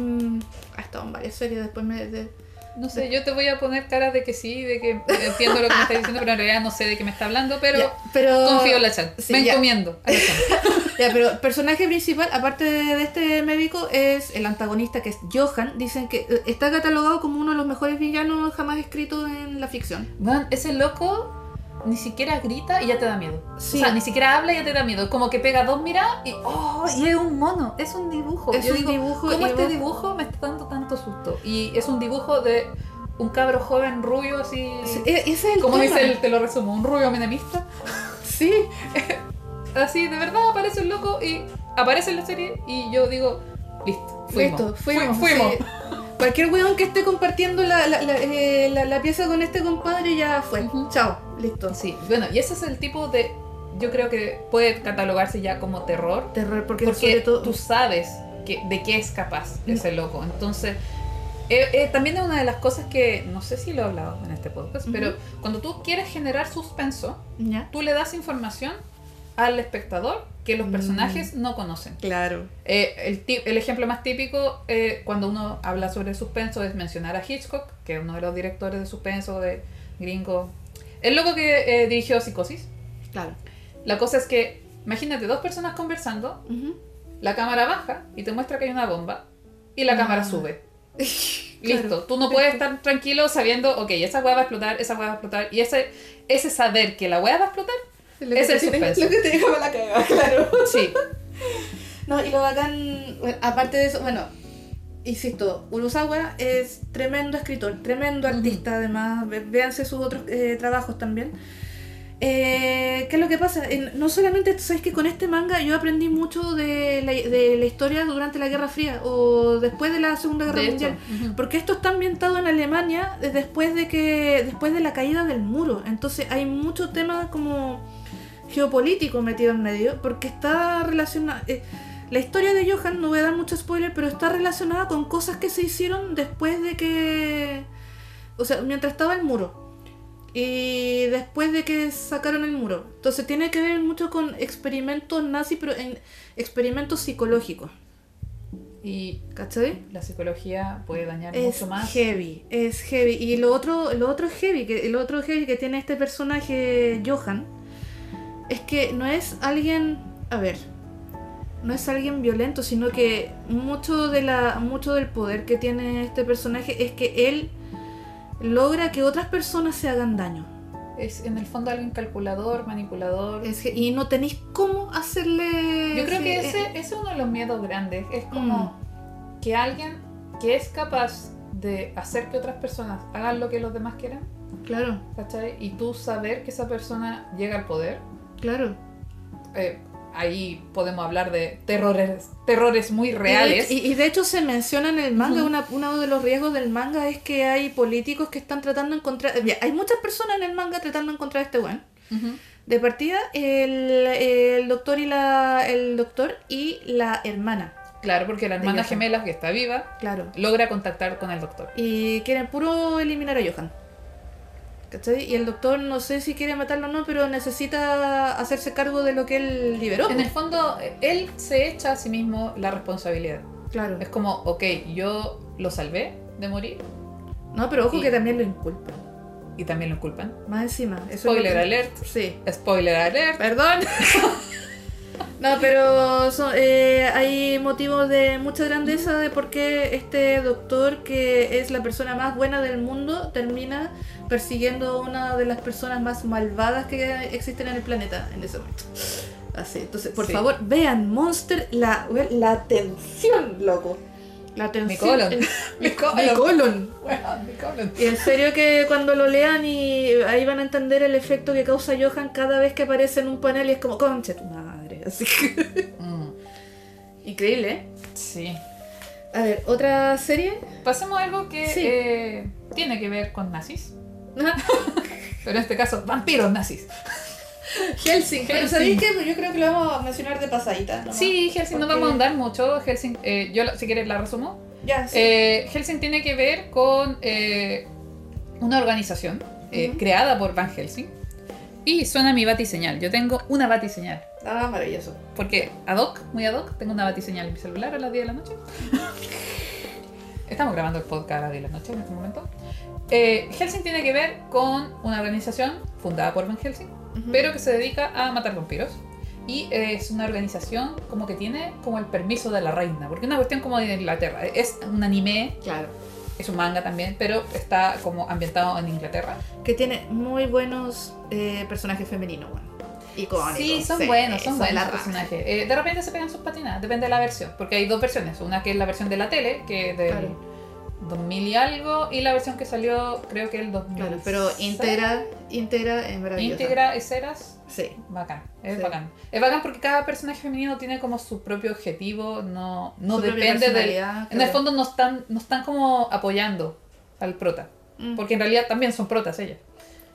B: ha estado en varias series, después me... de-
A: No sé, yo te voy a poner cara de que sí, de que entiendo lo que me está diciendo, pero en realidad no sé de qué me está hablando, pero
B: Ya, pero
A: confío en la chat.
B: sí,
A: Me
B: ya.
A: encomiendo a la chat.
B: Ya, pero el personaje principal, aparte de, de este médico, es el antagonista que es Johan. Dicen que eh, está catalogado como uno de los mejores villanos jamás escritos en la ficción.
A: Weón, ese loco ni siquiera grita y ya te da miedo.
B: Sí.
A: O sea, ni siquiera habla y ya te da miedo. Como que pega dos miradas y ¡oh! Y es un mono, es un dibujo.
B: Es
A: Yo
B: un
A: digo,
B: dibujo
A: ¿Cómo
B: y
A: este
B: vos-
A: dibujo me está dando tanto susto? Y es un dibujo de un cabro joven rubio así.
B: Sí, e- ese es el
A: Como
B: tema.
A: dice el, te lo resumo, un rubio menemista.
B: Sí,
A: Así, de verdad aparece un loco y aparece en la serie y yo digo, listo, fuimos.
B: Listo, fuimos.
A: Fu- fuimos.
B: sí. Cualquier weón que esté compartiendo la, la, la, eh, la- la pieza con este compadre ya fue.
A: Ujú.
B: Chao, listo.
A: Sí, bueno, y ese es el tipo de, yo creo que puede catalogarse ya como terror,
B: Terror, porque, sobre
A: porque
B: todo. Mm.
A: tú sabes que, de qué es capaz ese loco. Entonces, eh, eh, también es una de las cosas que, no sé si lo he hablado en este podcast,
B: Ujú.
A: pero cuando tú quieres generar suspenso,
B: ¿Ya?
A: tú le das información al espectador que los
B: Mm.
A: personajes no conocen.
B: Claro.
A: Eh, el, ti- el ejemplo más típico eh, cuando uno habla sobre el suspenso es mencionar a Hitchcock, que es uno de los directores de suspenso de gringo. El loco que eh, dirigió Psicosis.
B: Claro.
A: La cosa es que, imagínate dos personas conversando,
B: Ujú.
A: la cámara baja y te muestra que hay una bomba, y la
B: Ah.
A: cámara sube Listo, tú no puedes estar tranquilo sabiendo, ok, esa hueá va a explotar, esa hueá va a explotar, y ese, ese saber que la hueá va a explotar,
B: Lo que
A: Es
B: te
A: el
B: tiene-
A: suspenso.
B: Lo que te dijo me la cagaba, claro.
A: sí,
B: No, y lo bacán, bueno, aparte de eso, bueno, insisto, Urusawa es tremendo escritor, tremendo
A: Ujú.
B: artista además, ve- véanse sus otros eh, trabajos también. Eh, ¿Qué es lo que pasa? En- no solamente, sabes que con este manga yo aprendí mucho de la, de la historia durante la Guerra Fría o después de la Segunda Guerra
A: de hecho.
B: Mundial. Porque esto está ambientado en Alemania eh, después de que después de la caída del muro. Entonces hay mucho tema como geopolítico metido en medio porque está relacionado la historia de Johan no voy a dar mucho spoiler, pero está relacionada con cosas que se hicieron después de que o sea, mientras estaba el muro. Y después de que sacaron el muro. Entonces tiene que ver mucho con experimentos nazis, pero en experimentos psicológicos.
A: Y
B: ¿Cachai?
A: la psicología puede dañar
B: es
A: mucho más.
B: heavy, es heavy. Y lo otro, lo otro heavy, que el otro heavy que tiene este personaje Johan, es que no es alguien, a ver, no es alguien violento, sino que mucho de la, mucho del poder que tiene este personaje es que él logra que otras personas se hagan daño.
A: Es en el fondo alguien calculador, manipulador.
B: Es que- y no tenéis cómo hacerle.
A: Yo creo
B: sí,
A: que
B: eh,
A: ese, ese es uno de los miedos grandes. Es como
B: Mm.
A: que alguien que es capaz de hacer que otras personas hagan lo que los demás quieran,
B: claro,
A: ¿cachai? Y tú saber que esa persona llega al poder.
B: claro.
A: eh, ahí podemos hablar de terrores, terrores muy reales.
B: Y de, y- y de hecho se menciona en el manga,
A: Ujú.
B: una, uno de los riesgos del manga es que hay políticos que están tratando de encontrar... mira, hay muchas personas en el manga tratando de encontrar a este weón.
A: Ujú.
B: De partida, el, el doctor y la, el doctor y la hermana,
A: Claro, porque la hermana
B: Johan.
A: gemela que está viva
B: claro.
A: logra contactar con el doctor.
B: Y quieren puro eliminar a Johan. ¿Cachai? Y el doctor no sé si quiere matarlo o no, pero necesita hacerse cargo de lo que él liberó.
A: En
B: pues.
A: el fondo, eh, él se echa a sí mismo la responsabilidad.
B: Claro.
A: Es como, ok, yo lo salvé de morir
B: No, pero ojo
A: Y-
B: que también lo inculpa.
A: y también lo culpan.
B: Más encima. eso es lo
A: Spoiler
B: que-
A: alert,
B: Sí.
A: spoiler alert.
B: Perdón. No, pero son- eh, hay motivos de mucha grandeza de por qué este doctor, que es la persona más buena del mundo, termina persiguiendo a una de las personas más malvadas que existen en el planeta en ese momento. Así, entonces, por
A: Sí.
B: favor, vean Monster, la, la tensión, loco. La tensión.
A: Mi colon.
B: el-
A: Mi
B: mi
A: colon.
B: colon.
A: Weón, mi colon.
B: Y en serio que cuando lo lean y ahí van a entender el efecto que causa Johan cada vez que aparece en un panel y es como, concha tu madre. Así que...
A: Mm,
B: Increíble, ¿eh?
A: sí.
B: A ver, ¿otra serie?
A: Pasemos a algo que
B: Sí.
A: eh, tiene que ver con nazis. Pero en este caso, vampiros nazis.
B: Ah, Helsing.
A: Helsing.
B: Pero ¿sabéis que Yo creo que lo vamos a mencionar de pasadita. nomás.
A: Sí, Helsing, no
B: Porque-
A: vamos a andar mucho. Helsing, eh, yo la- si quieres la resumo.
B: Ya, sí.
A: Eh, Helsing tiene que ver con eh, una organización eh,
B: Ujú.
A: creada por Van Helsing. Y suena mi batiseñal. Yo tengo una batiseñal.
B: Ah, maravilloso.
A: Porque ad hoc, muy ad hoc, tengo una batiseñal en mi celular a las 10 de la noche. Estamos grabando el podcast a las 10 de la noche en este momento. Eh, Helsing tiene que ver con una organización fundada por Van Helsing, pero que se dedica a matar vampiros. Y eh, es una organización como que tiene como el permiso de la reina, porque es una cuestión como de Inglaterra. Es un anime,
B: Claro.
A: es un manga también, pero está como ambientado en Inglaterra.
B: Que tiene muy buenos eh, personajes femeninos, bueno. Icónicos.
A: Sí, son buenos, son, buenos
B: la
A: los
B: raja.
A: personajes. Eh, de repente se pegan sus patinadas, depende de la versión, porque hay dos versiones, una que es la versión de la tele, que es del
B: Claro.
A: 2000 y algo, y la versión que salió creo que el 2000.
B: Claro, pero íntegra, íntegra es maravillosa.
A: Íntegra, Eseras,
B: Sí.
A: bacán, es
B: Sí.
A: bacán. Es bacán porque cada personaje femenino tiene como su propio objetivo, no, no
B: Su propia
A: depende del...
B: personalidad,
A: En el
B: claro.
A: fondo no están, no están como apoyando al prota,
B: Mm.
A: porque en realidad también son protas ellas.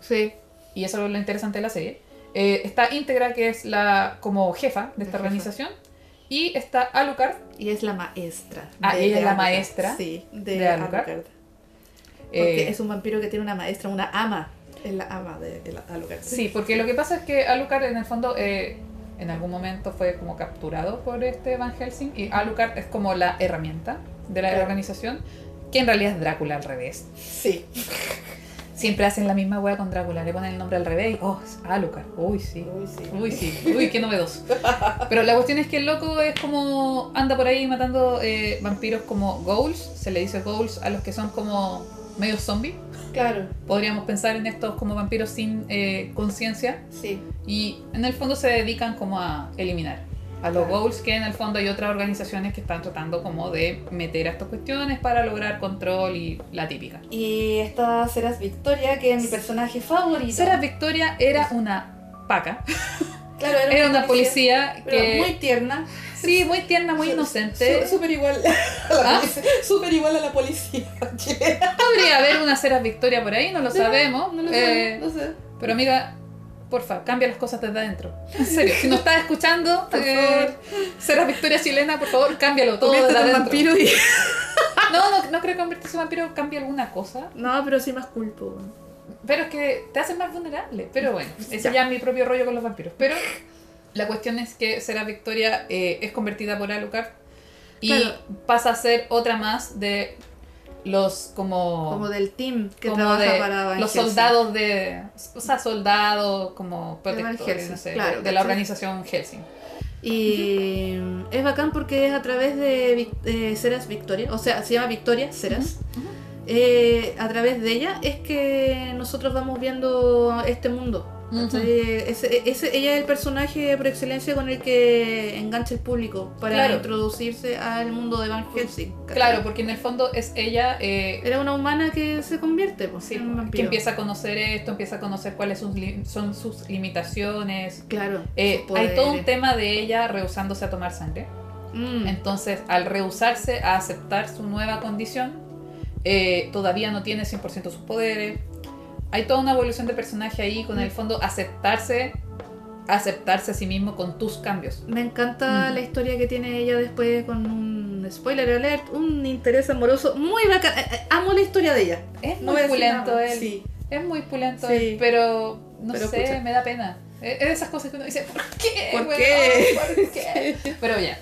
B: Sí.
A: y eso es lo interesante de la serie. eh, está Integra, que es la como jefa de esta
B: La jefa.
A: organización, y está Alucard,
B: Y es la maestra.
A: Ah, ella es la
B: Alucard.
A: maestra
B: Sí, de,
A: de Alucard.
B: Alucard. Porque
A: eh,
B: es un vampiro que tiene una maestra, una ama. Es la ama de, de la- Alucard.
A: Sí, porque lo que pasa es que Alucard en el fondo eh, en algún momento fue como capturado por este Van Helsing y Alucard es como la herramienta de la
B: Claro.
A: organización, que en realidad es Drácula al revés.
B: Sí.
A: Siempre hacen la misma hueá con Drácula, le ponen el nombre al revés y, oh, es Alucard, uy sí,
C: Uy, sí.
A: uy sí, uy qué novedoso. Pero la cuestión es que el loco es como, anda por ahí matando eh, vampiros como ghouls, se le dice ghouls a los que son como medio zombies.
C: Claro,
A: Podríamos pensar en estos como vampiros sin eh, conciencia,
C: sí.
A: y en el fondo se dedican como a eliminar a los
C: Claro.
A: goals que en el fondo hay otras organizaciones que están tratando como de meter a estas cuestiones para lograr control y la típica.
C: Y esta Serás Victoria, que es mi personaje favorito.
A: Sara Victoria era una paca,
C: claro,
A: era una policía
D: Pero
A: que
D: muy tierna.
A: sí, muy tierna, muy inocente.
C: Su- Súper igual a la
A: ¿Ah?
C: policía. Súper igual a la policía chilena.
A: Podría haber una Sara Victoria por ahí, no lo sabemos.
C: No lo
A: eh,
C: sé, no sé.
A: Pero amiga, porfa, cambia las cosas desde adentro. En serio, si nos estás escuchando, eh, Sara Victoria chilena, por favor, cámbialo todo desde
B: Conviértete en
A: adentro.
B: vampiro y...
A: No, no, no creo que convertirse en vampiro cambie alguna cosa.
B: No, pero sí más culpo. weón.
A: Pero es que te hacen más vulnerable. Pero bueno, ese ya es mi propio rollo con los vampiros. Pero la cuestión es que Será Victoria eh, es convertida por Alucard y
B: Claro.
A: pasa a ser otra más de los como,
B: Como del team que
A: Oh. como
B: trabaja
A: de
B: para Van
A: los
B: Helsing.
A: soldados de o sea soldados como
B: Van
A: protectores
B: Helsing,
A: no sé,
B: claro,
A: de la
B: ¿cachai?
A: organización Helsing
B: Y es bacán porque es a través de Vic- eh, Ceras Victoria, o sea, se llama Victoria Ceras.
A: Ujú, ujú.
B: Eh, a través de ella es que nosotros vamos viendo este mundo. ¿cachai? Ese- ese- ella es el personaje por excelencia con el que engancha el público para
A: Claro.
B: introducirse al mundo de Van Helsing. ¿cachai?
A: claro porque en el fondo es ella eh,
B: Era una humana que se convierte pues,
A: Sí,
B: en un
A: que
B: vampiro.
A: empieza a conocer esto, empieza a conocer cuáles son, li- son sus limitaciones.
B: Claro.
A: Eh,
B: sus
A: hay todo un
B: poderes.
A: tema de ella rehusándose a tomar sangre.
B: Mm.
A: Entonces, al rehusarse a aceptar su nueva condición, eh, todavía no tiene 100% sus poderes. Hay toda una evolución de personaje ahí con el fondo aceptarse, aceptarse a sí mismo con tus cambios.
B: Me encanta
A: Mm.
B: la historia que tiene ella después con un spoiler alert, un interés amoroso muy bacán. Eh, eh, Amo la historia de ella.
A: Es muy
B: No voy a decir
A: pulento
B: nada.
A: él.
C: Sí.
A: Es muy pulento
B: Sí.
A: él, pero no
B: Pero
A: sé,
B: pucha.
A: me da pena. Es es de esas cosas que uno dice, ¿por qué?
B: ¿Por
A: weón?
B: qué?
A: ¿Por qué? Pero ya.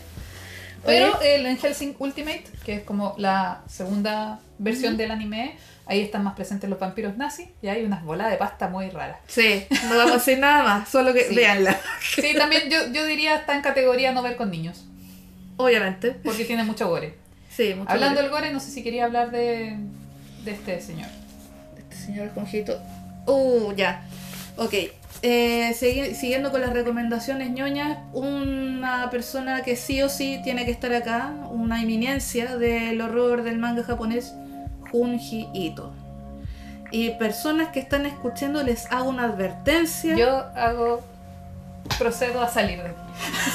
A: Pero el en Helsing Ultimate, que es como la segunda versión del anime, ahí están más presentes los vampiros nazis y hay unas bolas de pasta muy raras.
B: Sí, no vamos a decir nada más, solo que
A: Sí.
B: veanla.
A: Sí, también yo, yo diría está en categoría no ver con niños,
B: Obviamente.
A: porque tiene mucho gore.
B: Sí, mucho
A: Hablando del gore, no sé si quería hablar de, de este señor.
B: de este señor conjito. Uh, ya. Ok. Eh, segui- siguiendo con las recomendaciones ñoñas, una persona que sí o sí tiene que estar acá, una eminencia del horror del manga japonés, Junji Ito. Y personas que están escuchando, les hago una advertencia.
A: Yo hago, procedo a salir de aquí.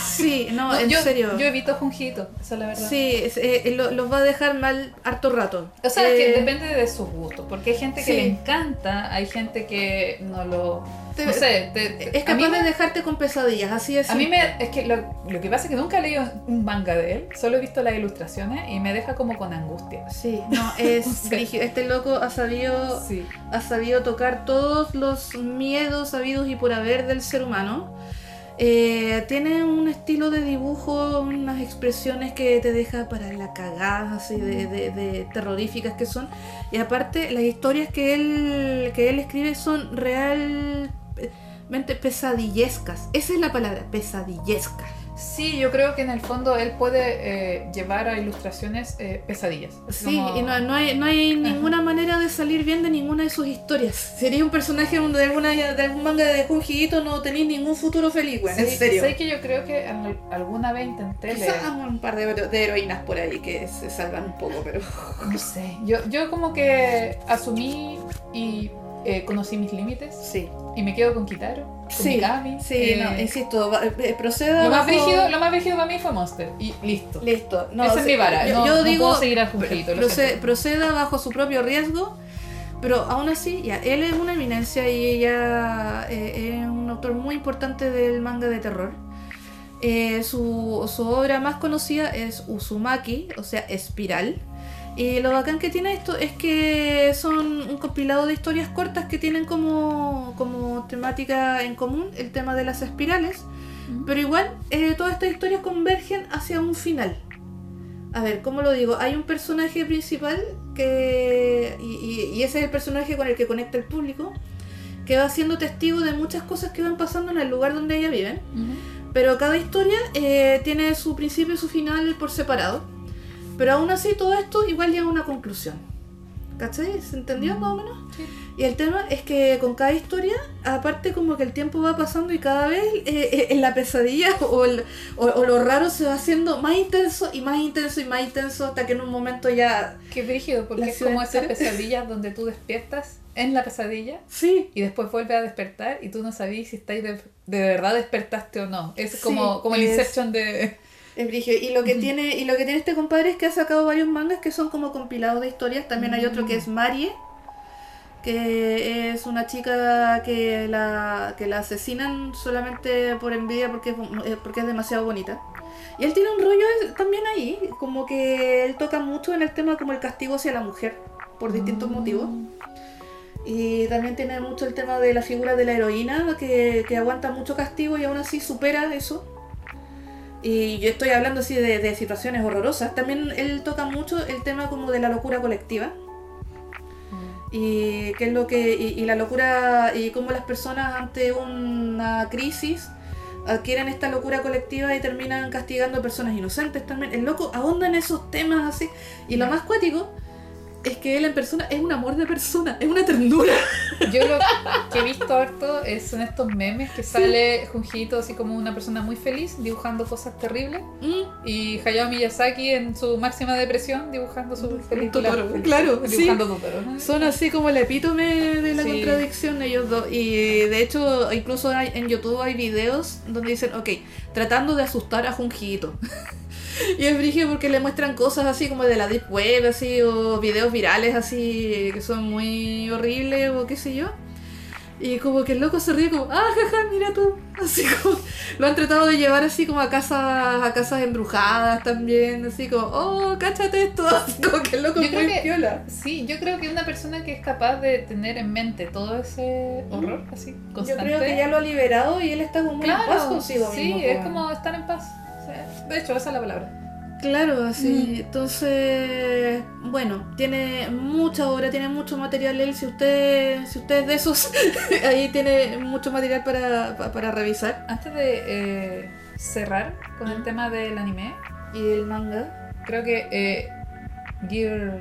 B: Sí, no,
A: No,
B: en
A: yo,
B: serio.
A: Yo evito junjito, esa es la verdad.
B: Sí, es- eh, lo- los va a dejar mal harto rato.
A: O sea, es
B: Eh,
A: que depende de sus gustos, porque hay gente que
B: sí.
A: le encanta, hay gente que no lo...
B: te-
A: no sé, te- te-
B: Es
A: a mí,
B: capaz de dejarte con pesadillas, así es.
A: a mí me... Es que lo, lo que pasa es que nunca he leído un manga de él, solo he visto las ilustraciones y me deja como con angustia.
B: Sí, no, es
A: O sea.
B: brígido. Este loco ha sabido,
A: Sí.
B: ha sabido tocar todos los miedos habidos y por haber del ser humano. Eh, tiene un estilo de dibujo, unas expresiones que te deja para la cagada, así de, de- de terroríficas que son. Y aparte, las historias que él, que él escribe son realmente pesadillescas. Esa es la palabra, pesadillesca.
A: Sí, yo creo que en el fondo él puede eh, llevar a ilustraciones eh, pesadillas. Así
B: Sí,
A: como-
B: y no, no hay, no hay ninguna manera de salir bien de ninguna de sus historias. Sería un personaje de, alguna, de algún manga de Junji Ito, no tenéis ningún futuro feliz, güey.
A: Sí, Sé que yo creo que al- alguna vez intenté leer...
B: Quizás un par de, de heroínas por ahí que se salvan un poco, pero...
A: No sé, yo, yo como que asumí y eh, conocí mis límites
B: Sí,
A: y me quedo con Kitaro, con
B: Sí,
A: Mikami.
B: sí,
A: eh,
B: no, insisto, va- eh, proceda...
A: lo, más
B: bajo-
A: brígido, lo más brígido para mí fue Monster y listo.
B: Listo. No,
A: Esa es
B: sí,
A: mi vara.
B: Yo,
A: no,
B: yo
A: no
B: digo,
A: puedo seguir al Junjito, lo
B: proce-
A: siento.
B: proceda bajo su propio riesgo, pero aún así, ya, él es una eminencia y ella eh, es un autor muy importante del manga de terror. Eh, su, su obra más conocida es Uzumaki, o sea, Espiral. Y lo bacán que tiene esto es que son un compilado de historias cortas que tienen como, como temática en común el tema de las espirales.
A: Ujú.
B: Pero igual, eh, todas estas historias convergen hacia un final. A ver, ¿cómo lo digo? Hay un personaje principal que que. Y, y- y ese es el personaje con el que conecta el público, que va siendo testigo de muchas cosas que van pasando en el lugar donde ella vive. Pero cada historia eh, tiene su principio y su final por separado. Pero aún así, todo esto igual llega a una conclusión. ¿Cachai? ¿Se entendió más o menos?
A: Sí.
B: Y el tema es que con cada historia, aparte como que el tiempo va pasando y cada vez eh, eh, en la pesadilla o, el- o- o lo raro se va haciendo más intenso y más intenso y más intenso hasta que en un momento ya...
A: Qué brígido, porque
B: La
A: es como
B: ciudad
A: esas
B: entera.
A: pesadillas donde tú despiertas en la pesadilla
B: Sí.
A: y después vuelves a despertar y tú no sabías si estáis de, de verdad despertaste o no. Es
B: Sí,
A: como, como el
B: es-
A: Inception de...
B: Es brígido. Y lo que tiene y lo que tiene este compadre es que ha sacado varios mangas que son como compilados de historias. También hay otro que es Marie, que es una chica que la, que la asesinan solamente por envidia porque es, bu- eh, porque es demasiado bonita. Y él tiene un rollo es- también ahí, como que él toca mucho en el tema como el castigo hacia la mujer por distintos
A: Mm.
B: motivos. Y también tiene mucho el tema de la figura de la heroína, que, que aguanta mucho castigo y aún así supera eso. Y yo estoy hablando así de, de situaciones horrorosas. También él toca mucho el tema como de la locura colectiva. Y qué es lo que. Y, y la locura. y cómo las personas ante una crisis adquieren esta locura colectiva y terminan castigando a personas inocentes también. El loco ahonda en esos temas así. Y lo más cuático es que él en persona es un amor de persona, es una ternura.
A: Yo lo que he visto harto es, son estos memes que sale Junjito así como una persona muy feliz dibujando cosas terribles y Hayao Miyazaki en su máxima depresión dibujando su película.
B: Totoro,
A: feliz,
B: claro, sí.
A: Dibujando Totoro. ¿no?
B: Son así como el epítome de la
A: Sí.
B: contradicción ellos dos. Y de hecho, incluso hay- en YouTube hay videos donde dicen, ok, tratando de asustar a Junjito. y es brígido porque le muestran cosas así como de la Deep Web, así, o videos virales así, que son muy horribles, o qué sé yo. Y como que el loco se ríe como, ah, jaja, mira tú. Así como, lo han tratado de llevar así como a casas, a casas embrujadas también, así como, oh, cáchate esto. Así como que el loco
A: Yo
B: es
A: creo
B: muy
A: que-
B: piola.
A: Sí, yo creo que una persona que es capaz de tener en mente todo ese horror así
B: Yo
A: constante.
B: creo que ya lo ha liberado y él está como muy en paz
A: claro, sí,
B: consigo mismo,
A: es
B: pues.
A: como estar en paz. O sea, de hecho, esa es la palabra.
B: Claro, así. Entonces, bueno, tiene mucha obra, tiene mucho material él. Si usted, si usted es de esos, ahí tiene mucho material para, pa- para revisar.
A: Antes de eh, cerrar con el
B: Mm.
A: tema del anime,
B: Y el manga,
A: creo que eh, Gear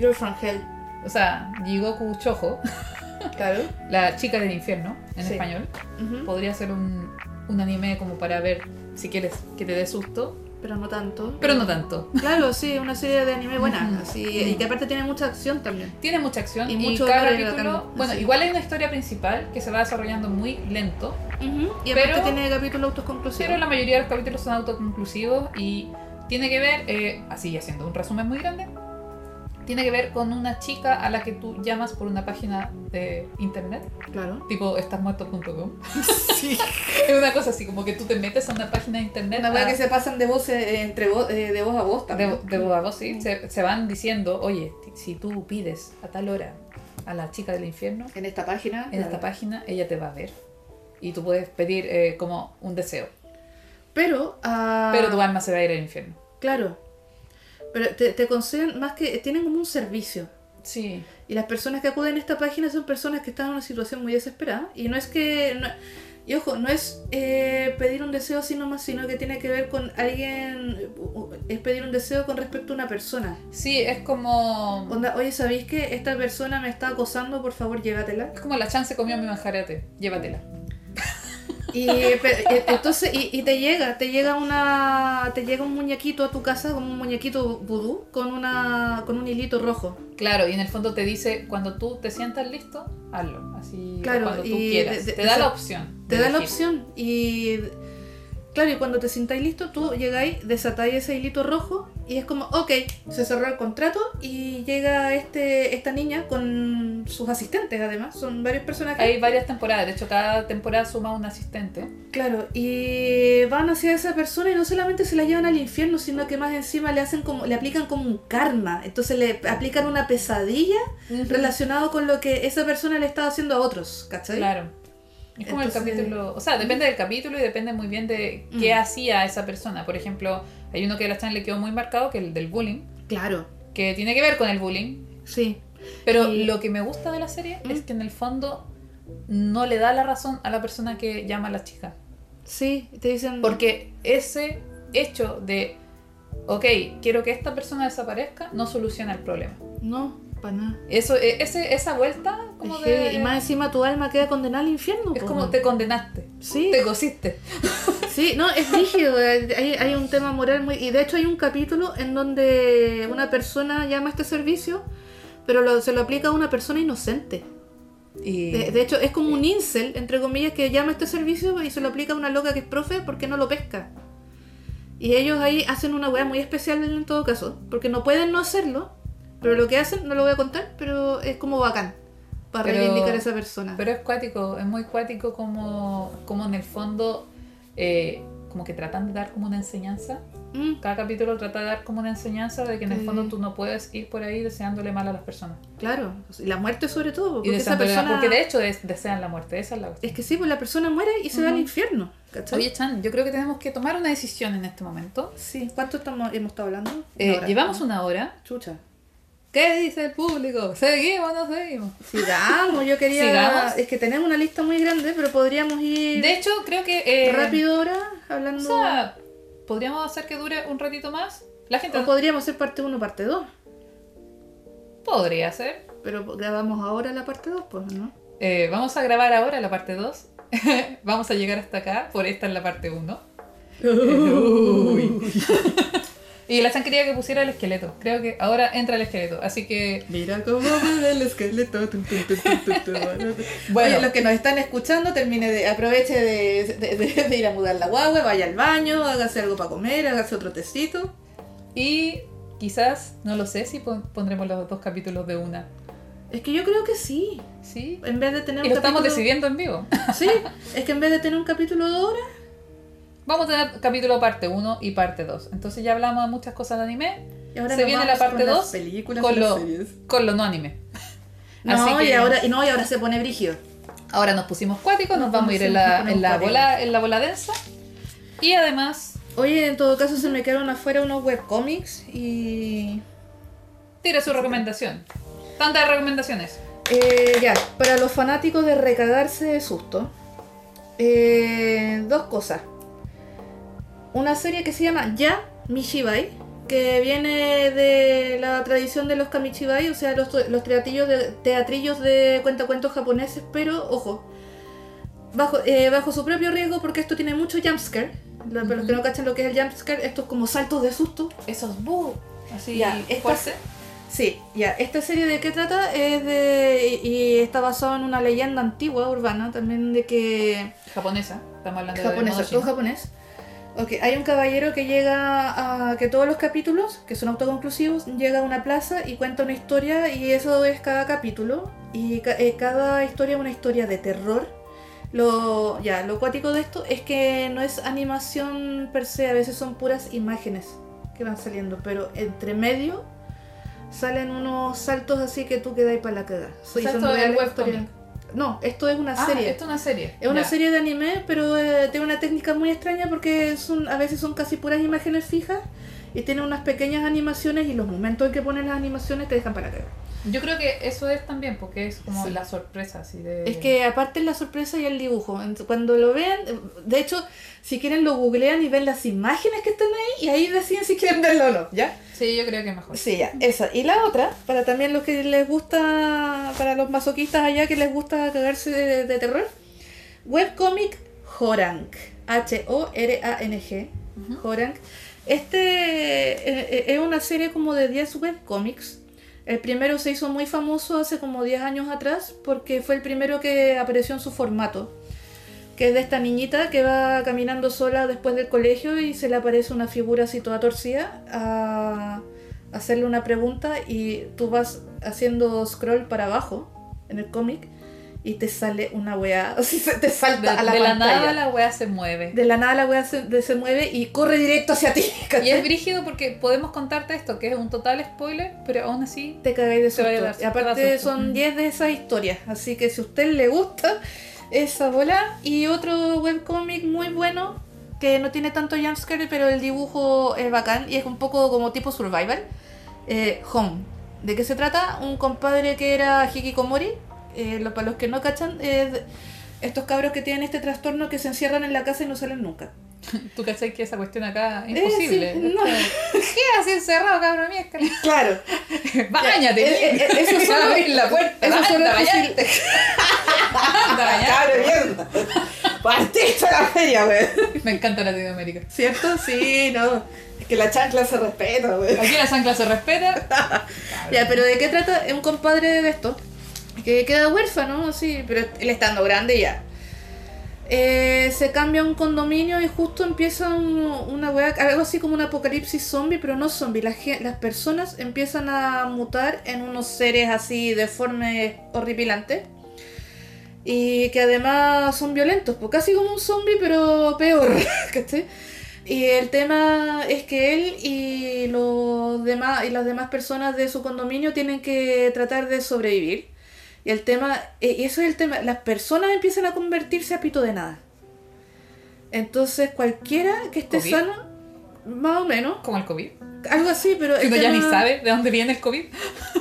B: Girl from Hell.
A: O sea, Jigoku Chojo,
B: Claro.
A: la chica del infierno en
B: Sí.
A: español,
B: Ujú.
A: podría ser un, un anime como para ver si quieres que te dé susto,
B: Pero no tanto.
A: pero no tanto.
B: Claro, sí, una serie de anime buena.
A: Ujú.
B: Así, y que aparte tiene mucha acción también.
A: Tiene mucha acción
B: Y
A: y,
B: mucho
A: cada
B: gore
A: capítulo.
B: bacán,
A: Bueno,
B: sí.
A: igual hay una historia principal que se va desarrollando muy lento,
B: Y aparte
A: Pero-
B: tiene capítulos
A: pero
B: autoconclusivos.
A: la mayoría de los capítulos son autoconclusivos y tiene que ver, eh, así haciendo un resumen muy grande, tiene que ver con una chica a la que tú llamas por una página de internet
B: Claro.
A: Tipo, estasmuerto.com. es una cosa así, como que tú te metes a una página de internet.
B: Una wea
A: a-
B: que se pasan de voz, eh, entre voz, eh, de voz a voz también.
A: de, de boda, vos, sí. Se, se van diciendo, oye, ti- si tú pides a tal hora a la chica del infierno,
B: En esta página.
A: en esta página ella te va a ver. Y tú puedes pedir eh, como un deseo.
B: Pero, ah,
A: Pero tu alma se va a ir al infierno.
B: claro. Pero te, te conceden más que tienen como un servicio.
A: Sí.
B: Y las personas que acuden a esta página son personas que están en una situación muy desesperada. Y no es que. no- y ojo, no es eh, pedir un deseo así nomás, sino que tiene que ver con alguien. Es pedir un deseo con respecto a una persona.
A: Sí, es como.
B: Onda, oye, ¿sabéis que esta persona me está acosando? Por favor, llévatela.
A: Es como la chance comió mi manjarate. Llévatela.
B: Y pe- e- entonces, y, y te llega, te llega una. Te llega un muñequito a tu casa, como un muñequito vudú, con una. con un hilito rojo.
A: Claro, y en el fondo te dice, cuando tú te sientas listo, hazlo. Así
B: Claro,
A: cuando tú
B: y
A: quieras.
B: de- de-
A: te da
B: de-
A: la opción.
B: Te
A: de
B: da la
A: elegir.
B: opción. Y. Claro, y cuando te sintáis listo, tú llegáis, desatáis ese hilito rojo y es como, ok, se cerró el contrato y llega este, esta niña con sus asistentes además, son varios personajes.
A: Hay varias temporadas, de hecho cada temporada suma un asistente.
B: Claro, y van hacia esa persona y no solamente se la llevan al infierno, sino que más encima le hacen como, le aplican como un karma. Entonces le aplican una pesadilla relacionado con lo que esa persona le estaba haciendo a otros, ¿cachai?
A: Claro. Es como
B: Entonces- eh,
A: el capítulo, o sea, depende del capítulo y depende muy bien de qué
B: Mm.
A: hacía esa persona. Por ejemplo, hay uno que a la Chan le quedó muy marcado, que es el del bullying,
B: Claro.
A: que tiene que ver con el bullying,
B: Sí. Mm.
A: Pero
B: Y-
A: lo que me gusta de la serie es que en el fondo no le da la razón a la persona que llama a la chica.
B: Sí, te dicen.
A: Porque ese hecho de, ok, quiero que esta persona desaparezca, no soluciona el problema.
B: No, para nada.
A: Eso, e- ese, esa vuelta como
B: Es
A: de...
B: heavy. Y más encima tu alma queda condenada al infierno.
A: es
B: po,
A: como
B: weón.
A: te condenaste,
B: Sí,
A: te cosiste.
B: sí, no, es rígido. Hay, hay un tema moral muy. Y de hecho, hay un capítulo en donde una persona llama a este servicio, pero lo- se lo aplica a una persona inocente.
A: Y
B: De, de hecho, es como un incel, entre comillas, que llama a este servicio y se lo aplica a una loca que es profe porque no lo pesca. Y ellos ahí hacen una weá muy especial en todo caso, porque no pueden no hacerlo, pero lo que hacen, no lo voy a contar, pero es como bacán, para
A: Pero-
B: reivindicar a esa persona.
A: Pero es cuático, es muy cuático como, como en el fondo, eh, como que tratan de dar como una enseñanza.
B: Mm,
A: Cada capítulo trata de dar como una enseñanza de que en el
B: Sí.
A: fondo tú no puedes ir por ahí deseándole mal a las personas.
B: claro, y la muerte sobre todo,
A: Y
B: porque esa
A: deseándole-
B: persona...
A: Porque de hecho des- desean la muerte, esa es la cuestión.
B: Es que sí, pues la persona muere y se va al
A: Ujú.
B: infierno, ¿cachai?
A: Oye, Chan, yo creo que tenemos que tomar una decisión en este momento.
B: sí, ¿cuánto estamos, hemos estado hablando? Una
A: Eh,
B: hora.
A: llevamos una hora.
B: Chucha.
A: ¿Qué dice el público? ¿Seguimos o no seguimos?
B: Sigamos, yo quería...
A: Sigamos.
B: Es que tenemos una lista muy grande, pero podríamos ir...
A: De hecho, creo que... eh,
B: rápido ahora, hablando.
A: O sea, podríamos hacer que dure un ratito más. La gente
B: o podríamos hacer parte 1, parte 2.
A: podría hacer.
B: Pero grabamos ahora la parte 2, pues, ¿no?
A: Eh, vamos a grabar ahora la parte 2. vamos a llegar hasta acá, por esta es la parte 1. y la chanquería que pusiera el esqueleto. Creo que ahora entra el esqueleto. Así que,
E: Mira cómo mueve el esqueleto. tum, tum, tum, tum, tum, tum.
A: bueno,
F: Oye, los que nos están escuchando, termine de, aproveche de, de- de- de ir a mudar la guagua, vaya al baño, hágase algo para comer, hágase otro tecito.
A: y quizás, no lo sé si pon- pondremos los dos capítulos de una.
B: Es que yo creo que sí.
A: ¿Sí?
B: En vez de tener
A: Y
B: un
A: lo estamos
B: capítulo-
A: decidiendo en vivo.
B: Sí, es que en vez de tener un capítulo de horas,
A: Vamos a tener capítulo parte 1 y parte 2. Entonces ya hablamos de muchas cosas de anime,
B: y ahora
A: Se
B: nos
A: viene la
B: vamos
A: parte
B: con las-
A: dos.
F: Películas,
A: con lo,
F: series.
A: con lo no anime.
B: No,
A: Así
B: y
A: que-
B: ahora, y no, y ahora se pone brígido.
A: Ahora nos pusimos cuáticos, nos
B: Nos
A: vamos a ir en
B: pusimos-
A: la,
B: nos
A: en la
B: cuáticos.
A: bola, en la bola densa. Y además,
B: Oye, en todo caso se me quedaron afuera unos webcomics y.
A: tira su recomendación. Tantas recomendaciones.
B: Eh, ya, para los fanáticos de recagarse de susto, eh, dos cosas. Una serie que se llama Ya Mishibai, que viene de la tradición de los Kamishibai, o sea, los, los teatrillos de, teatrillos de cuentacuentos japoneses, pero ojo, bajo, eh, bajo su propio riesgo porque esto tiene mucho jumpscare. Lo- Para los que no cachan lo que es el jumpscare, esto es como saltos de susto.
A: Esos bu. Así
B: Ya, esta-
A: fuerte.
B: Sí, ya. Esta serie de qué trata es de. y- y está basado en una leyenda antigua, urbana, también de que.
A: Japonesa. Estamos hablando
B: japonesa,
A: de
B: todo
A: Modoshino.
B: japonés. Ok, hay un caballero que llega a. que todos los capítulos, que son autoconclusivos, llega a una plaza y cuenta una historia, y eso es cada capítulo. Y ca- eh, cada historia es una historia de terror. Lo, ya, lo cuático de esto es que no es animación per se, a veces son puras imágenes que van saliendo, pero entre medio salen unos saltos así que tú quedáis para la cagada. Sí,
A: sea,
B: son
A: esto es
B: reales
A: webcomic.
B: historias. No, esto es una
A: Ah,
B: serie.
A: esto es una serie.
B: Es una
A: Ya.
B: serie de anime, pero eh, tiene una técnica muy extraña porque son, a veces son casi puras imágenes fijas y tiene unas pequeñas animaciones y los momentos en que ponen las animaciones te dejan para cagar.
A: Yo creo que eso es también, porque es como
B: Sí.
A: la sorpresa así de.
B: Es que aparte la sorpresa y el dibujo, ent- cuando lo vean, eh, de hecho, si quieren lo googlean y ven las imágenes que están ahí y ahí deciden si quieren verlo o no, ¿ya?
A: Sí, yo creo que mejor.
B: Sí, ya, esa. Y la otra, para también los que les gusta, para los masoquistas allá que les gusta cagarse de, de terror, webcomic Horang, H-O-R-A-N-G,
A: Ujú.
B: Horang. Este eh, eh, es una serie como de 10 webcomics. El primero se hizo muy famoso hace como 10 años atrás porque fue el primero que apareció en su formato. Que es de esta niñita que va caminando sola después del colegio y se le aparece una figura así toda torcida a hacerle una pregunta y tú vas haciendo scroll para abajo en el cómic y te sale una weá, así se- te
A: De,
B: salta a la
A: de la
B: pantalla.
A: nada la wea se mueve.
B: De la nada la weá se, de- se mueve y corre directo hacia ti.
A: Y es brígido porque podemos contarte esto, que es un total spoiler, pero aún así
B: Te cagáis de
A: Te vaya a dar
B: susto. Y
A: susto, te
B: aparte
A: da susto.
B: son
A: Mm.
B: 10 de esas historias. Así que si a usted le gusta esa bola. Y otro webcomic muy bueno que no tiene tanto jumpscare, pero el dibujo es bacán y es un poco como tipo survival. eh, Home. ¿De qué se trata? Un compadre que era Hikikomori, eh, lo- para los que no cachan, es
G: Estos cabros que tienen este trastorno que se encierran en la casa y no salen nunca.
A: Tú cachai que esa cuestión acá
B: Eh,
A: es imposible.
G: sí, no.
A: ¿Qué haces encerrado, cabrón? Mía?
G: Claro.
A: Báñate.
G: Eh, eh, eh, eso solo-
A: Abrir la puerta.
G: eso
A: Anda,
G: solo es
A: bañate.
B: eh,
A: Anda, bañate.
G: Cabro, mierda. Partiste la feria, güey.
A: Me encanta Latinoamérica.
G: ¿Cierto? Sí, no. Es que la chancla se respeta, güey.
A: Aquí la chancla se respeta.
B: Ya, pero ¿de qué trata? Es un compadre de esto, que queda huérfano, sí, pero él estando grande ya. Eh, se cambia a un condominio y justo empieza un- una weá, algo así como un apocalipsis zombie, pero no zombie. Las, gen- las personas empiezan a mutar en unos seres así deformes, horripilantes. Y que además son violentos, pues casi como un zombie, pero peor, ¿cachai? Y el tema es que él y los demás y las demás personas de su condominio tienen que tratar de sobrevivir. Y el tema, e- y eso es el tema, las personas empiezan a convertirse a pito de nada. Entonces cualquiera que esté
A: ¿Covid?
B: sano, más o menos,
A: Como el COVID.
B: algo así, pero el
A: Que uno ya ni
B: tema-
A: sabe de dónde viene el COVID.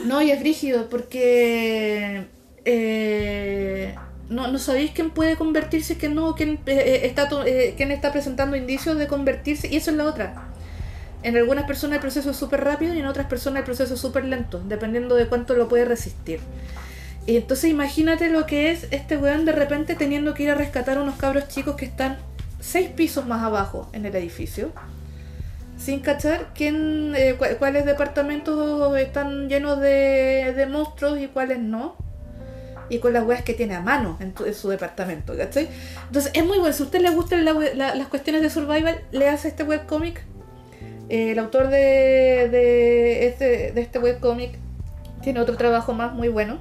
B: no, y es rígido porque eh, no, no sabéis quién puede convertirse, quién no, quién, eh, eh, está to- eh, quién está presentando indicios de convertirse, y eso es la otra. En algunas personas el proceso es súper rápido y en otras personas el proceso es súper lento, dependiendo de cuánto lo puede resistir. Y entonces imagínate lo que es este weón de repente teniendo que ir a rescatar a unos cabros chicos que están seis pisos más abajo en el edificio sin cachar quién, eh, cua- cuáles departamentos están llenos de, de monstruos y cuáles no. Y con las weas que tiene a mano en, tu- en su departamento, ¿cachai? Entonces es muy bueno. Si a usted le gustan la we- la- las cuestiones de survival, le hace este webcomic. Eh, el autor de, de, este, de este webcomic tiene otro trabajo más muy bueno.